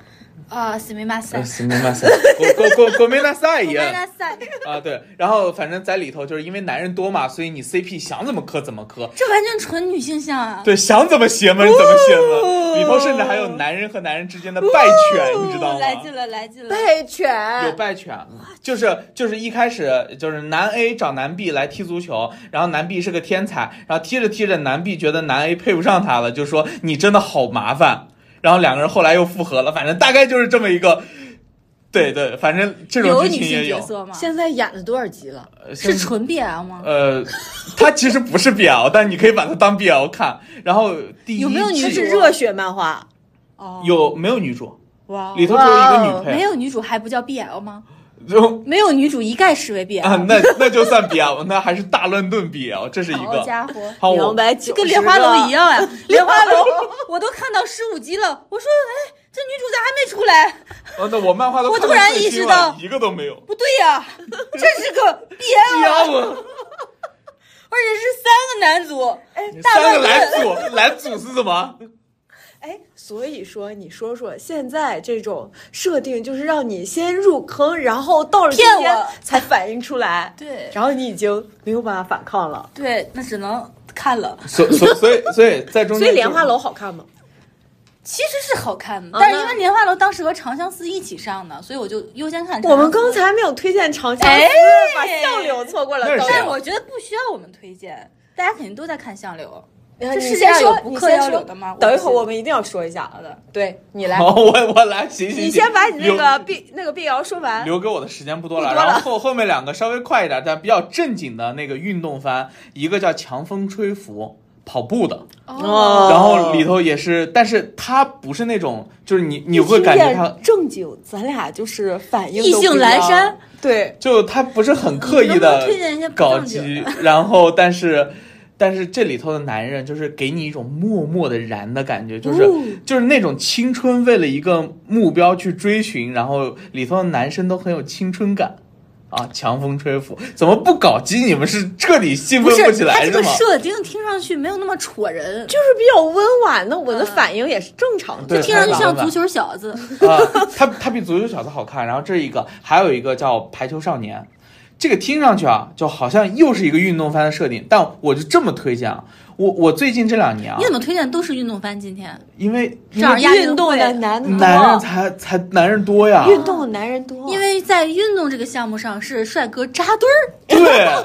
[SPEAKER 3] 啊，死命骂塞，死
[SPEAKER 2] 国 <laughs> 国国国民大赛一
[SPEAKER 3] 命
[SPEAKER 2] 样
[SPEAKER 3] 骂塞。
[SPEAKER 2] 啊，对，然后反正在里头就是因为男人多嘛，所以你 CP 想怎么磕怎么磕，
[SPEAKER 3] 这完全纯女性向啊！
[SPEAKER 2] 对，想怎么邪门怎么邪门，里头甚至还有男人和男人之间的拜犬，你知道吗？
[SPEAKER 3] 哦来劲了，来劲了。
[SPEAKER 1] 备
[SPEAKER 2] 有
[SPEAKER 3] 哎
[SPEAKER 1] 犬，
[SPEAKER 2] 败犬，就是就是一开始就是男 A 找男 B 来踢足球，然后男 B 是个天才，然后踢着踢着男 B 觉得男 A 配不上他了，就说你真的好麻烦，然后两个人后来又复合了，反正大概就是这么一个，对对，反正这种
[SPEAKER 3] 有
[SPEAKER 2] 剧
[SPEAKER 3] 女
[SPEAKER 2] 情
[SPEAKER 3] 性
[SPEAKER 2] 也有
[SPEAKER 3] 角，色吗？
[SPEAKER 1] 现在演了多少集了？
[SPEAKER 2] 呃
[SPEAKER 3] 是
[SPEAKER 2] 现
[SPEAKER 3] 纯 BL 吗？
[SPEAKER 2] 呃，它其实不是 BL，但你可以把它当 BL 看，然后第一
[SPEAKER 3] 有没有女
[SPEAKER 2] 季
[SPEAKER 1] 这是
[SPEAKER 3] 主
[SPEAKER 1] 热血漫画，
[SPEAKER 3] 哦，
[SPEAKER 2] 有没有女主？
[SPEAKER 3] 哇哦，
[SPEAKER 2] 里头只有一个女
[SPEAKER 3] 没
[SPEAKER 2] 配，
[SPEAKER 3] 有女主还不叫 BL 吗？
[SPEAKER 2] 就
[SPEAKER 3] 没有女主一概视为 BL。
[SPEAKER 2] 啊，那那就算 BL，那还是大乱炖 BL，这是一
[SPEAKER 3] 好
[SPEAKER 2] 个。
[SPEAKER 3] 家伙，
[SPEAKER 2] 好，我
[SPEAKER 1] 两百 <laughs> 九，
[SPEAKER 3] 跟莲花
[SPEAKER 1] 啊
[SPEAKER 3] 楼一。样呀、 <laughs> 莲花楼，我都看到十五集了。我说，哎，这女主咋还没
[SPEAKER 1] <laughs>
[SPEAKER 3] 出来？
[SPEAKER 2] 哦，那我漫画都
[SPEAKER 3] 我
[SPEAKER 2] 看
[SPEAKER 3] 突
[SPEAKER 2] 到
[SPEAKER 3] 然
[SPEAKER 2] 最
[SPEAKER 3] 意
[SPEAKER 2] 新
[SPEAKER 3] 识
[SPEAKER 2] 了
[SPEAKER 3] 到
[SPEAKER 2] 一个都没有。
[SPEAKER 3] 不对呀、这是个 BL，
[SPEAKER 2] 呀，我
[SPEAKER 3] 而且是三个男主。哎，大
[SPEAKER 2] 三个
[SPEAKER 3] 乱
[SPEAKER 2] 男
[SPEAKER 3] 炖
[SPEAKER 2] 主，男主是什么？
[SPEAKER 1] 哎，所以说你说说，现在这种设定就是让你先入坑，然后到了今
[SPEAKER 3] 骗
[SPEAKER 1] 天
[SPEAKER 3] 我
[SPEAKER 1] 才反应出 <laughs> 来，
[SPEAKER 3] 对
[SPEAKER 1] 然后你已经没有办法反抗了。
[SPEAKER 3] 对，那只能看了。
[SPEAKER 2] 所所所以所以在中
[SPEAKER 1] 所
[SPEAKER 2] 间，
[SPEAKER 1] 以莲花楼好看吗？
[SPEAKER 3] 其实是好看的
[SPEAKER 1] 啊，
[SPEAKER 3] 但是
[SPEAKER 1] 那
[SPEAKER 3] 因为莲花楼当时和长相思一起上的，所以我就优先看长相思。
[SPEAKER 1] <laughs> 我们刚才没有推荐长相思
[SPEAKER 3] 哎，
[SPEAKER 1] 把相柳错过了。
[SPEAKER 2] 那是
[SPEAKER 1] 导
[SPEAKER 2] 谁
[SPEAKER 1] 演
[SPEAKER 3] 但
[SPEAKER 2] 啊
[SPEAKER 3] 我觉得不需要我们推荐，大家肯定都在看相柳。
[SPEAKER 1] 哎
[SPEAKER 3] 这
[SPEAKER 1] 你
[SPEAKER 3] 世界
[SPEAKER 1] 先
[SPEAKER 3] 上
[SPEAKER 1] 说
[SPEAKER 3] 有不
[SPEAKER 1] 你
[SPEAKER 3] 嗑
[SPEAKER 1] 先
[SPEAKER 3] 药
[SPEAKER 1] 说
[SPEAKER 3] 柳的吗我
[SPEAKER 1] 等一
[SPEAKER 3] 不
[SPEAKER 1] 会儿
[SPEAKER 3] 信
[SPEAKER 1] 我们一定要说一下。好
[SPEAKER 3] 的，
[SPEAKER 1] 对你来，
[SPEAKER 2] 好，我我来，行行，
[SPEAKER 1] 你
[SPEAKER 2] 行
[SPEAKER 1] 先把你那
[SPEAKER 2] 留
[SPEAKER 1] 个 B 那个 BL 说完。
[SPEAKER 2] 留给我的时间不多
[SPEAKER 1] 不
[SPEAKER 2] 了，
[SPEAKER 1] 多了
[SPEAKER 2] 然后后后面两个稍微快一点，但比较正经的那个运动番，一个叫《强风吹拂》。跑步的，
[SPEAKER 1] 哦
[SPEAKER 2] 然后里头也是，但是它不是那种，就是你你会感觉它，
[SPEAKER 1] 正经，咱俩就是反应
[SPEAKER 3] 意兴阑珊。
[SPEAKER 1] 对，
[SPEAKER 2] 就它不是很刻意
[SPEAKER 3] 你能不
[SPEAKER 2] 的
[SPEAKER 3] 能推荐一些不
[SPEAKER 2] 搞
[SPEAKER 3] 正经
[SPEAKER 2] 基，然后但是但是这里头的男人就是给你一种默默的燃的感觉，就是、
[SPEAKER 3] 哦
[SPEAKER 2] 就是那种青春为了一个目标去追寻，然后里头的男生都很有青春感。啊！强风吹拂，怎么不搞基？你们是彻底兴
[SPEAKER 3] 不
[SPEAKER 2] 奋
[SPEAKER 3] 是
[SPEAKER 2] 不起
[SPEAKER 3] 他
[SPEAKER 2] 来
[SPEAKER 3] 这
[SPEAKER 2] 是
[SPEAKER 3] 个
[SPEAKER 2] 吗？
[SPEAKER 3] 设定听上去没有那么戳人，
[SPEAKER 1] 就
[SPEAKER 3] 就
[SPEAKER 1] 是比较温婉的，我的反应也是正常的。
[SPEAKER 2] <laughs> 对
[SPEAKER 3] 嗯听上去
[SPEAKER 2] 太麻
[SPEAKER 3] 像
[SPEAKER 2] 烦
[SPEAKER 3] 足球小子。
[SPEAKER 2] 啊，他他比足球小子好看。然后这是一个，还有一个叫排球少年，这个听上去啊，就好像又是一个运动番的设定。但我就这么推荐啊，我我最近这两年啊
[SPEAKER 3] 你，怎么推荐都是运动番？今天
[SPEAKER 2] 因为
[SPEAKER 3] 这样压力
[SPEAKER 1] 运动的男多
[SPEAKER 2] 男人才才男人多呀，
[SPEAKER 1] 运动的男人多，
[SPEAKER 3] 因为在运动这个项目上是帅哥扎堆儿，
[SPEAKER 2] 对，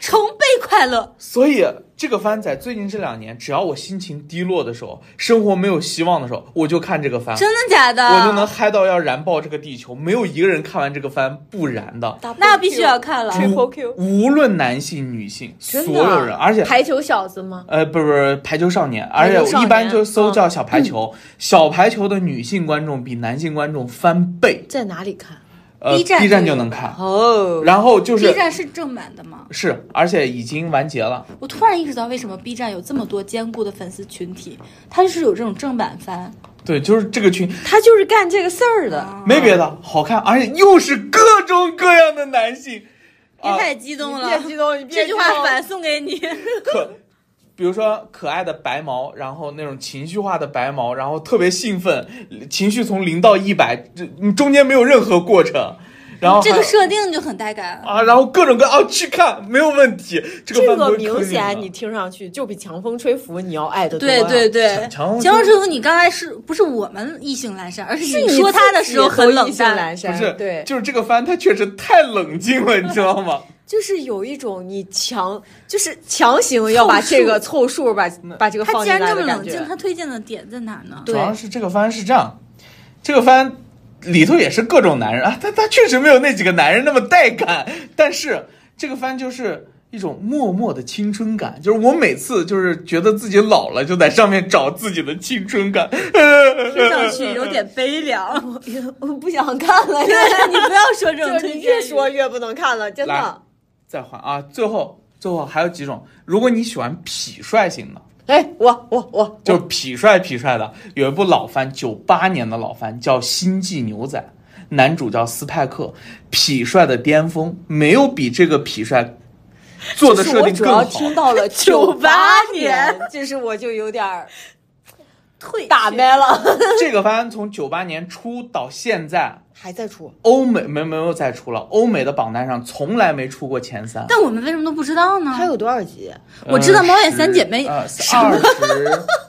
[SPEAKER 3] 成倍快乐。
[SPEAKER 2] 所以这个番仔最近这两年，只要我心情低落的时候，生活没有希望的时候，我就看这个番，
[SPEAKER 3] 真的假的？
[SPEAKER 2] 我就能嗨到要燃爆这个地球，没有一个人看完这个番不燃的。
[SPEAKER 3] 那必须要看了。
[SPEAKER 1] Triple Q
[SPEAKER 2] 无论男性女性，所
[SPEAKER 1] 真的啊
[SPEAKER 2] 有人，而且
[SPEAKER 1] 排球小子吗？
[SPEAKER 2] 呃，不是不是，排球少年，而且
[SPEAKER 1] 球少
[SPEAKER 2] 我一般
[SPEAKER 1] 年
[SPEAKER 2] 就搜
[SPEAKER 1] 嗯
[SPEAKER 2] 叫小排球，小排球的女性观众比男性观众翻倍，
[SPEAKER 1] 在哪里看？
[SPEAKER 2] 呃
[SPEAKER 3] B 站
[SPEAKER 2] 站就
[SPEAKER 3] 就有
[SPEAKER 2] 能看，
[SPEAKER 1] 哦，
[SPEAKER 2] 然后就是
[SPEAKER 3] B 站是正版的吗？
[SPEAKER 2] 是，而且已经完结了，
[SPEAKER 3] 我突然意识到为什么 B 站有这么多坚固的粉丝群体，它就是有这种正版番。
[SPEAKER 2] 对，就是这个群
[SPEAKER 1] 他就是干这个事儿
[SPEAKER 3] 哦
[SPEAKER 1] 的。
[SPEAKER 2] 啊没别的，好看，而且又是各种各样的男性，
[SPEAKER 3] 别
[SPEAKER 2] 啊
[SPEAKER 3] 太激动了，
[SPEAKER 1] 别激动你别
[SPEAKER 3] 这句话
[SPEAKER 1] 激动
[SPEAKER 3] 反送给你。
[SPEAKER 2] 可，比如说可爱的白毛，然后那种情绪化的白毛，然后特别兴奋，情绪从零到一百，这中间没有任何过程，然后
[SPEAKER 3] 这
[SPEAKER 2] 哦还
[SPEAKER 3] 个设定就很带感。
[SPEAKER 2] 啊，然后各种各啊去看没有问题，这个
[SPEAKER 1] 这
[SPEAKER 2] 饭不
[SPEAKER 1] 个
[SPEAKER 2] 会
[SPEAKER 1] 明
[SPEAKER 2] 坑
[SPEAKER 1] 显
[SPEAKER 2] 的
[SPEAKER 1] 你听上去就比强风吹拂你要爱的多啊呀。
[SPEAKER 3] 对对对，
[SPEAKER 2] 啊强
[SPEAKER 3] 强龙之友，你刚才是不是我们意兴阑珊，而是
[SPEAKER 1] 你
[SPEAKER 3] 你说他的时候很冷淡。
[SPEAKER 2] 不是
[SPEAKER 1] 对，
[SPEAKER 2] 就是这个番它确实太冷
[SPEAKER 1] <laughs>
[SPEAKER 2] 静了，你知道吗？
[SPEAKER 1] 就是有一种你强，就是强行要把这个凑数把把这个
[SPEAKER 3] 他
[SPEAKER 1] 放
[SPEAKER 3] 既
[SPEAKER 1] 进来
[SPEAKER 3] 然这么
[SPEAKER 1] 的感
[SPEAKER 3] 冷静，
[SPEAKER 1] 觉。
[SPEAKER 3] 他推荐的点在哪呢？
[SPEAKER 1] 对
[SPEAKER 2] 主要是这个番是这样，这个番里头也是各种男人啊，他他确实没有那几个男人那么带感，但是这个番就是一种默默的青春感，就是我每次就是觉得自己老了，就在上面找自己的青春感， <laughs>
[SPEAKER 1] 听上去有点悲 <laughs> 凉。我不想看了，你不要说这
[SPEAKER 3] 种
[SPEAKER 1] 就是你
[SPEAKER 3] 推荐
[SPEAKER 1] 越说越不能看了，真
[SPEAKER 2] 来
[SPEAKER 1] 的。
[SPEAKER 2] 再换啊，最后最后还有几种，如果你喜欢痞帅型的，
[SPEAKER 1] 哎，我我我，
[SPEAKER 2] 就是痞帅痞帅的，有一部老番，九八年的老番叫《星际牛仔》，男主叫斯派克，痞帅的巅峰，没有比这个痞帅做的
[SPEAKER 5] 就是
[SPEAKER 2] 设
[SPEAKER 5] 我
[SPEAKER 2] 定
[SPEAKER 5] 主
[SPEAKER 2] 更
[SPEAKER 5] 要
[SPEAKER 2] 好。
[SPEAKER 5] 听到了
[SPEAKER 1] <laughs> 九八
[SPEAKER 5] 八
[SPEAKER 1] 年，这是我就有点儿
[SPEAKER 3] 退
[SPEAKER 1] 打
[SPEAKER 3] 麦
[SPEAKER 1] 麦了，
[SPEAKER 2] 这个番从九八年初到现在，
[SPEAKER 1] 还在出。
[SPEAKER 2] 欧美没没有再出了，欧美的榜单上从来没出过前三。
[SPEAKER 3] 但我们为什么都不知道呢？
[SPEAKER 1] 它有多少集？
[SPEAKER 3] 我知道猫眼三姐妹
[SPEAKER 2] 呃，二十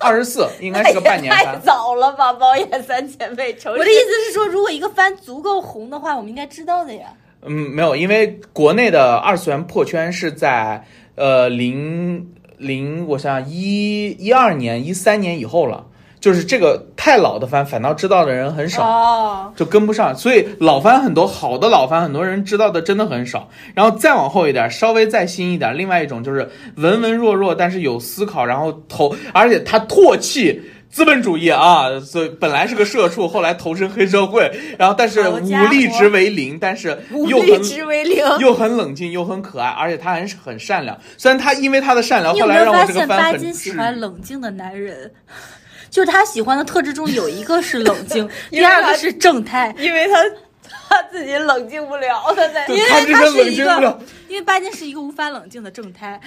[SPEAKER 2] 二十四，
[SPEAKER 1] <laughs>
[SPEAKER 2] 应该是个半年
[SPEAKER 1] 哎
[SPEAKER 2] 啊
[SPEAKER 1] 太
[SPEAKER 2] 番。
[SPEAKER 1] 早了吧，猫眼三姐妹成。
[SPEAKER 3] 我的意思是说，如果一个番足够红的话，我们应该知道的呀。
[SPEAKER 2] 嗯，没有，因为国内的二次元破圈是在呃零零，我想想一一二年、一三年以后了，就是这个太老的番，反倒知道的人很少。
[SPEAKER 3] 哦，
[SPEAKER 2] 就跟不上，所以老番很多好的老番，很多人知道的真的很少。然后再往后一点，稍微再新一点，另外一种就是文文弱弱，但是有思考，然后投，而且他唾弃资本主义啊，所以本来是个社畜，后来投身黑社会，然后但是
[SPEAKER 3] 好家
[SPEAKER 2] 武
[SPEAKER 3] 伙
[SPEAKER 2] 力值为零，但是
[SPEAKER 1] 武
[SPEAKER 2] 又
[SPEAKER 1] 力
[SPEAKER 2] 很
[SPEAKER 1] 值为零。
[SPEAKER 2] 又很冷静，又很可爱，而且他很很善良。虽然他因为他的善良，
[SPEAKER 3] 你
[SPEAKER 2] 后
[SPEAKER 3] 有
[SPEAKER 2] 来
[SPEAKER 3] 没有
[SPEAKER 2] 让我
[SPEAKER 3] 发
[SPEAKER 2] 这个
[SPEAKER 3] 现
[SPEAKER 2] 番
[SPEAKER 3] 巴
[SPEAKER 2] 很
[SPEAKER 3] 金
[SPEAKER 2] 治
[SPEAKER 3] 喜
[SPEAKER 2] 愈。
[SPEAKER 3] 欢冷静的男人？ <laughs> 就是他喜欢的特质中有一个是冷
[SPEAKER 1] <laughs>
[SPEAKER 3] 静，第二个是正太。
[SPEAKER 1] 因为他 <laughs> 他自己冷静不了，他在
[SPEAKER 2] 对
[SPEAKER 3] 因为
[SPEAKER 2] 他这
[SPEAKER 3] 他
[SPEAKER 2] 个
[SPEAKER 3] 是
[SPEAKER 2] 冷
[SPEAKER 3] 一
[SPEAKER 2] 静
[SPEAKER 3] 个
[SPEAKER 2] 不了，
[SPEAKER 3] 因为巴金是一个无法冷静的正太，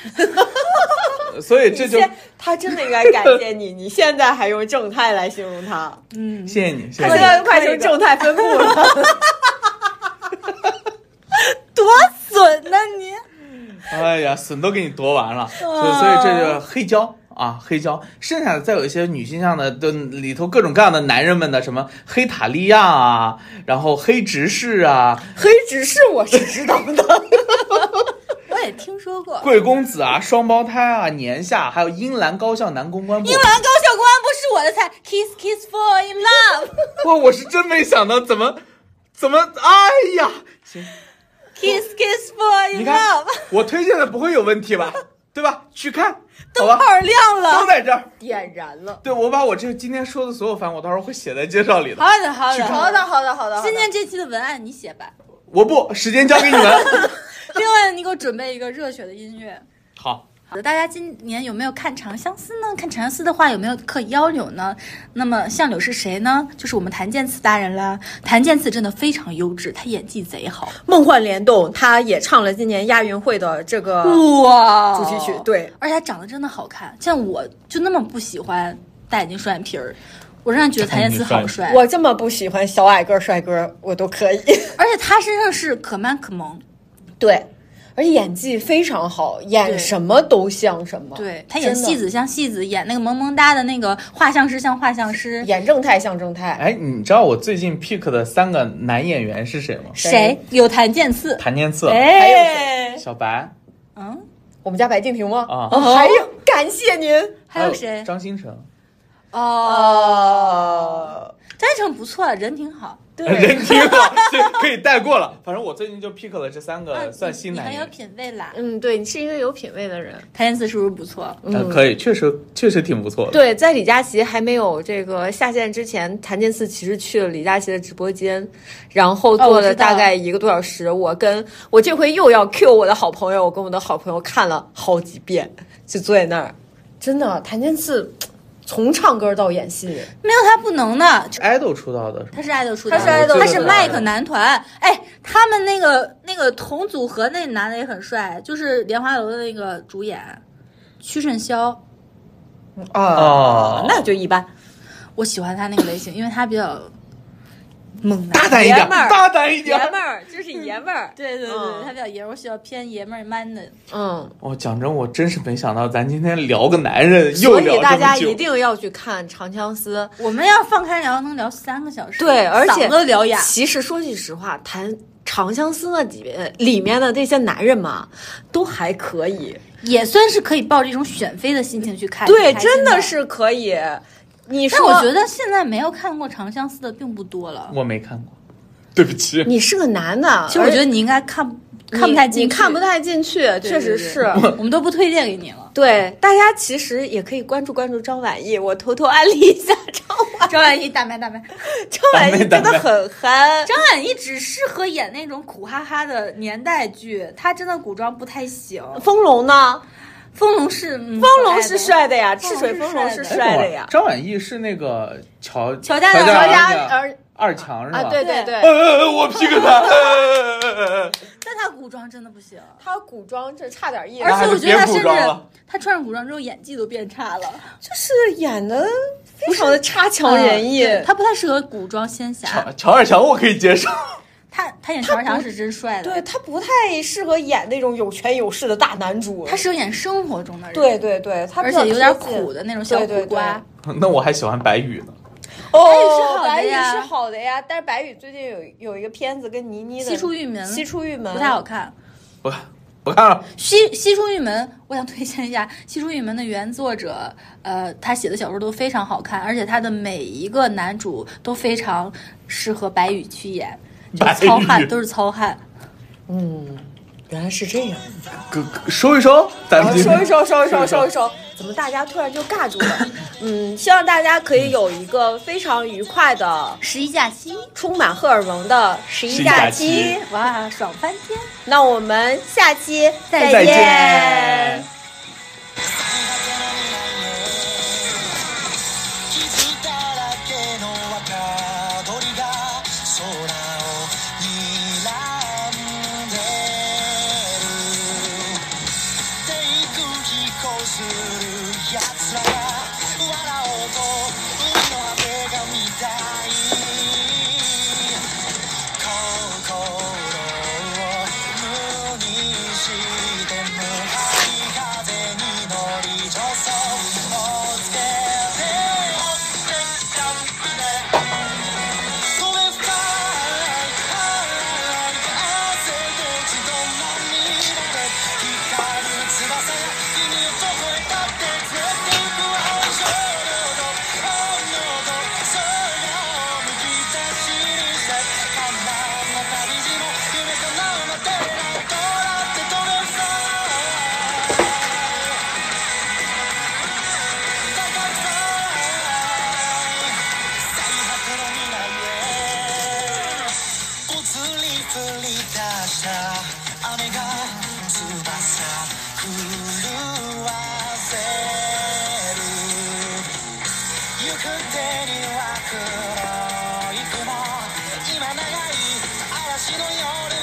[SPEAKER 2] 所以这就
[SPEAKER 1] 你现他真的应该感谢
[SPEAKER 2] <laughs>
[SPEAKER 1] 你，你现在还用正太来形容他，
[SPEAKER 3] 嗯，
[SPEAKER 2] 谢谢你，谢
[SPEAKER 1] 他现
[SPEAKER 2] 谢你。
[SPEAKER 1] 在都快成正态分布了。
[SPEAKER 3] 多损呐你！
[SPEAKER 2] 哎呀，笋都给你夺完了，所以所以这就是黑胶啊，黑胶。剩下的再有一些女性向的，都里头各种各样的男人们的，什么黑塔利亚啊，然后黑执事啊，
[SPEAKER 1] <laughs> 黑执事我是知道的，
[SPEAKER 3] 我也听说过，
[SPEAKER 2] 贵公子啊，双胞胎啊，年下，还有英兰高校男公关部
[SPEAKER 3] 英。兰高校公安部是我的菜，kiss kiss fall in love，kiss
[SPEAKER 2] 哇，我是真没想到，怎么怎么，哎呀，行，
[SPEAKER 3] kiss fall
[SPEAKER 2] 你
[SPEAKER 3] in
[SPEAKER 2] 看
[SPEAKER 3] love，
[SPEAKER 2] 我推荐的不会有问题吧？对吧？去看，好
[SPEAKER 3] 灯
[SPEAKER 2] 吧，
[SPEAKER 3] 泡亮
[SPEAKER 2] 都
[SPEAKER 3] 了。
[SPEAKER 2] 在这儿。
[SPEAKER 1] <laughs> 点燃了。
[SPEAKER 2] 对，我把我这今天说的所有番，我到时候会写在介绍里的。
[SPEAKER 3] 好的好
[SPEAKER 2] 去
[SPEAKER 3] 的
[SPEAKER 2] 看
[SPEAKER 1] 好的，好的，好的。
[SPEAKER 3] 今天这期的文案你写吧。
[SPEAKER 2] 我不，时间交给你们。
[SPEAKER 3] <laughs> 另外，你给我准备一个热血的音乐。
[SPEAKER 2] 好，
[SPEAKER 3] 好的，大家今年有没有看《长相思》呢？看《长相思》的话，有没有刻杨柳呢？那么相柳是谁呢？就是我们谭健次大人啦。谭健次真的非常优质，他演技贼好。
[SPEAKER 1] 梦幻联动，他也唱了今年亚运会的这个
[SPEAKER 3] 哇
[SPEAKER 1] 呃主题曲，对，
[SPEAKER 3] 而且他长得真的好看。像我就那么不喜欢大眼睛双眼皮儿，我仍然觉得谭健次好帅。
[SPEAKER 1] 我这么不喜欢小矮个儿帅哥，我都 <laughs> 可以。
[SPEAKER 3] 而且他身上是可 man 可萌，
[SPEAKER 1] 对，而且演技非常好，演
[SPEAKER 3] 对
[SPEAKER 1] 什么都像什么。
[SPEAKER 3] 对他演
[SPEAKER 1] 真的
[SPEAKER 3] 戏子像戏子，演那个萌萌哒的那个画像师像画像师。
[SPEAKER 1] 演正太像正太，
[SPEAKER 2] 哎，你知道我最近 pick 的三个男演员是谁吗？
[SPEAKER 3] 谁有谭健次？
[SPEAKER 2] 谭健次、
[SPEAKER 1] 还有
[SPEAKER 3] 哎
[SPEAKER 1] 谁，
[SPEAKER 2] 小白，
[SPEAKER 3] 嗯，
[SPEAKER 1] 我们家白敬亭吗？
[SPEAKER 2] 啊
[SPEAKER 1] 哦还有，感谢您
[SPEAKER 3] 还有谁？哦
[SPEAKER 2] 张
[SPEAKER 1] <laughs>
[SPEAKER 2] 新成，
[SPEAKER 1] 哦。
[SPEAKER 3] 张一成不错，人挺好。
[SPEAKER 2] 哎人挺好，所以可以带过了。反正我最近就 pick 了这三
[SPEAKER 3] 呃
[SPEAKER 1] 啊
[SPEAKER 2] 个算新
[SPEAKER 3] 你
[SPEAKER 2] 男
[SPEAKER 3] 很
[SPEAKER 2] 演
[SPEAKER 3] 有
[SPEAKER 2] 员，
[SPEAKER 3] 品味啦。
[SPEAKER 1] 嗯，对你是一个有品位的人。
[SPEAKER 3] 谭健次是不是不错？
[SPEAKER 1] 嗯
[SPEAKER 2] 呃可以，确实确实挺不错的。
[SPEAKER 1] 对，在李佳琦还没有这个下线之前，谭健次其实去了李佳琦的直播间，然后
[SPEAKER 3] 哦
[SPEAKER 1] 做
[SPEAKER 3] 我
[SPEAKER 1] 了
[SPEAKER 3] 知道
[SPEAKER 1] 大概一个多小时。我跟我这回又要 Q 我的好朋友，我跟我的好朋友看了好几遍，就坐在那儿，真的，谭健次从唱歌到演戏，
[SPEAKER 3] 没有他不能的，
[SPEAKER 2] 爱豆出道的是吗
[SPEAKER 3] 他是爱豆出道
[SPEAKER 1] 他
[SPEAKER 3] 的，
[SPEAKER 1] 是爱豆
[SPEAKER 3] 他
[SPEAKER 1] 出
[SPEAKER 3] 是
[SPEAKER 1] 道的
[SPEAKER 3] 麦克男团。哎，他们那个那个同组合那男的也很帅，就是《莲花楼》的那个主演屈胜萧。
[SPEAKER 2] 哦
[SPEAKER 1] 那就一般。
[SPEAKER 3] 我喜欢他那个类型，因为他比较猛男
[SPEAKER 2] 大。胆一点，
[SPEAKER 1] 爷们儿
[SPEAKER 2] 大胆一点。
[SPEAKER 1] 儿就是爷们 <laughs> 儿，
[SPEAKER 3] 对对对，
[SPEAKER 1] 嗯
[SPEAKER 3] 他比较爷们儿，我喜欢偏爷们儿 man 的。
[SPEAKER 1] 嗯，
[SPEAKER 2] 哦，讲真，我真是没想到咱今天聊个男人又
[SPEAKER 1] 所
[SPEAKER 2] 聊
[SPEAKER 1] 以
[SPEAKER 2] 这
[SPEAKER 1] 大家
[SPEAKER 2] 么
[SPEAKER 1] 一
[SPEAKER 2] 久。
[SPEAKER 1] 定要去看《长相思》。
[SPEAKER 3] 我们要放开聊，能聊三个小时，
[SPEAKER 1] 对，而且
[SPEAKER 3] 嗓子聊哑。
[SPEAKER 1] 其实说句实话，谈《长相思》那几遍呃里面的这些男人嘛，都还可以，
[SPEAKER 3] 也算是可以抱着一种选妃的心情去看。
[SPEAKER 1] 对，
[SPEAKER 3] 挺开心
[SPEAKER 1] 真的是可以。你
[SPEAKER 3] 但
[SPEAKER 1] 说，
[SPEAKER 3] 我觉得现在没有看过《长相思》的并不多了。
[SPEAKER 2] 我没看过，对不起，
[SPEAKER 1] 你是个男的，
[SPEAKER 3] 其实我觉
[SPEAKER 1] 而
[SPEAKER 3] 得你应该看
[SPEAKER 1] 你
[SPEAKER 3] 看不太进去，
[SPEAKER 1] 你看不太进去，确实是。
[SPEAKER 3] <laughs> 我们都不推荐给你了。
[SPEAKER 1] 对，大家其实也可以关注关注张晚意，我偷偷安利一下张晚
[SPEAKER 3] 张晚意大卖大卖，
[SPEAKER 1] 张晚
[SPEAKER 3] <laughs>
[SPEAKER 1] 意，真的很憨。
[SPEAKER 3] 张晚意只适合演那种苦哈哈的年代剧，她真的古装不太行。
[SPEAKER 1] 丰隆呢？
[SPEAKER 3] 风龙是嗯
[SPEAKER 1] 丰隆是
[SPEAKER 3] 可爱
[SPEAKER 1] 帅的呀，
[SPEAKER 3] 丰
[SPEAKER 1] 赤
[SPEAKER 3] 隆
[SPEAKER 1] 水
[SPEAKER 3] 是
[SPEAKER 1] 丰隆
[SPEAKER 3] 帅
[SPEAKER 1] 是
[SPEAKER 3] 的
[SPEAKER 2] 哎
[SPEAKER 1] 帅
[SPEAKER 2] 等
[SPEAKER 1] 的
[SPEAKER 2] 会儿
[SPEAKER 1] 呀。
[SPEAKER 2] 张晚意是那个乔
[SPEAKER 3] 乔家的
[SPEAKER 2] 的
[SPEAKER 3] 乔
[SPEAKER 1] 乔
[SPEAKER 2] 儿
[SPEAKER 1] 家
[SPEAKER 2] 子
[SPEAKER 1] 儿
[SPEAKER 2] 二强是吧？
[SPEAKER 1] 啊，对对
[SPEAKER 2] 呃，
[SPEAKER 1] 对，
[SPEAKER 2] 呃我劈个他！
[SPEAKER 1] 哎
[SPEAKER 2] 呃呃呃呃
[SPEAKER 3] 的，但她古装真的不行。
[SPEAKER 1] 他古装这差点意思
[SPEAKER 3] 而，且我觉得她
[SPEAKER 2] 那还是别古
[SPEAKER 3] 甚
[SPEAKER 2] 装了
[SPEAKER 3] 至她穿上古装之后演技都变差 <laughs> 了，
[SPEAKER 1] 就是演的非常的差强人意。
[SPEAKER 3] 嗯对她不太适合古装仙侠
[SPEAKER 1] 哎
[SPEAKER 2] 乔。乔二强我可以接受，
[SPEAKER 3] 她她演乔二强是真帅的，
[SPEAKER 1] 对他不太适合演那种有权有势的大男主，
[SPEAKER 3] 她适合演生活中的人，
[SPEAKER 1] 对，对对，他
[SPEAKER 3] 而且有点苦
[SPEAKER 1] 苦
[SPEAKER 3] 的那种小苦瓜。
[SPEAKER 2] 那我还喜欢白宇呢。
[SPEAKER 1] 哦，
[SPEAKER 3] 白
[SPEAKER 1] 白
[SPEAKER 3] 宇
[SPEAKER 1] 宇
[SPEAKER 3] 是好的呀
[SPEAKER 1] 是好的呀，但是白宇最近有有一个片子跟倪妮的
[SPEAKER 3] 西出玉门
[SPEAKER 1] 西出玉门
[SPEAKER 3] 不太好，看。
[SPEAKER 2] 我我看了，
[SPEAKER 3] 西西出玉门，我想推荐一下西出玉门的原作者，呃，他写的小说都非常好看，而且他的每一个男主都非常适合白宇去演，就
[SPEAKER 2] 白
[SPEAKER 3] 是糙汉
[SPEAKER 2] 宇
[SPEAKER 3] 都是糙汉。
[SPEAKER 1] 原来是这样。
[SPEAKER 2] 哥哥收一收，咱
[SPEAKER 1] 然后
[SPEAKER 2] 们今
[SPEAKER 1] 收
[SPEAKER 2] 天
[SPEAKER 1] 一啊收，收一收，收一收，怎么大家突然就尬住了？嗯，希望大家可以有一个非常愉快的、
[SPEAKER 3] 十一假期，
[SPEAKER 1] 充满荷尔蒙的十
[SPEAKER 2] 十
[SPEAKER 1] 一
[SPEAKER 2] 一假
[SPEAKER 1] 假
[SPEAKER 2] 期
[SPEAKER 1] 期。
[SPEAKER 3] 哇，爽翻天！
[SPEAKER 1] 那我们下期
[SPEAKER 2] 再
[SPEAKER 1] 再
[SPEAKER 2] 见
[SPEAKER 6] 気づいただけの若鳥が空を睨んでる低空飛行する奴らが笑おうと海の果てが見たい心を無にして向かい風に乗り助走をつけて追ってきたんだそれさえ汗で一度涙で光る翼が君をどこへだって連れて行くわ衝動と本能と空をむき出しにして花の旅路も夢となうまでなんとだって取れさ高さ最悪の未来へぽつり降り出した雨が翼狂わせる行く手には黒い雲今長い嵐のようで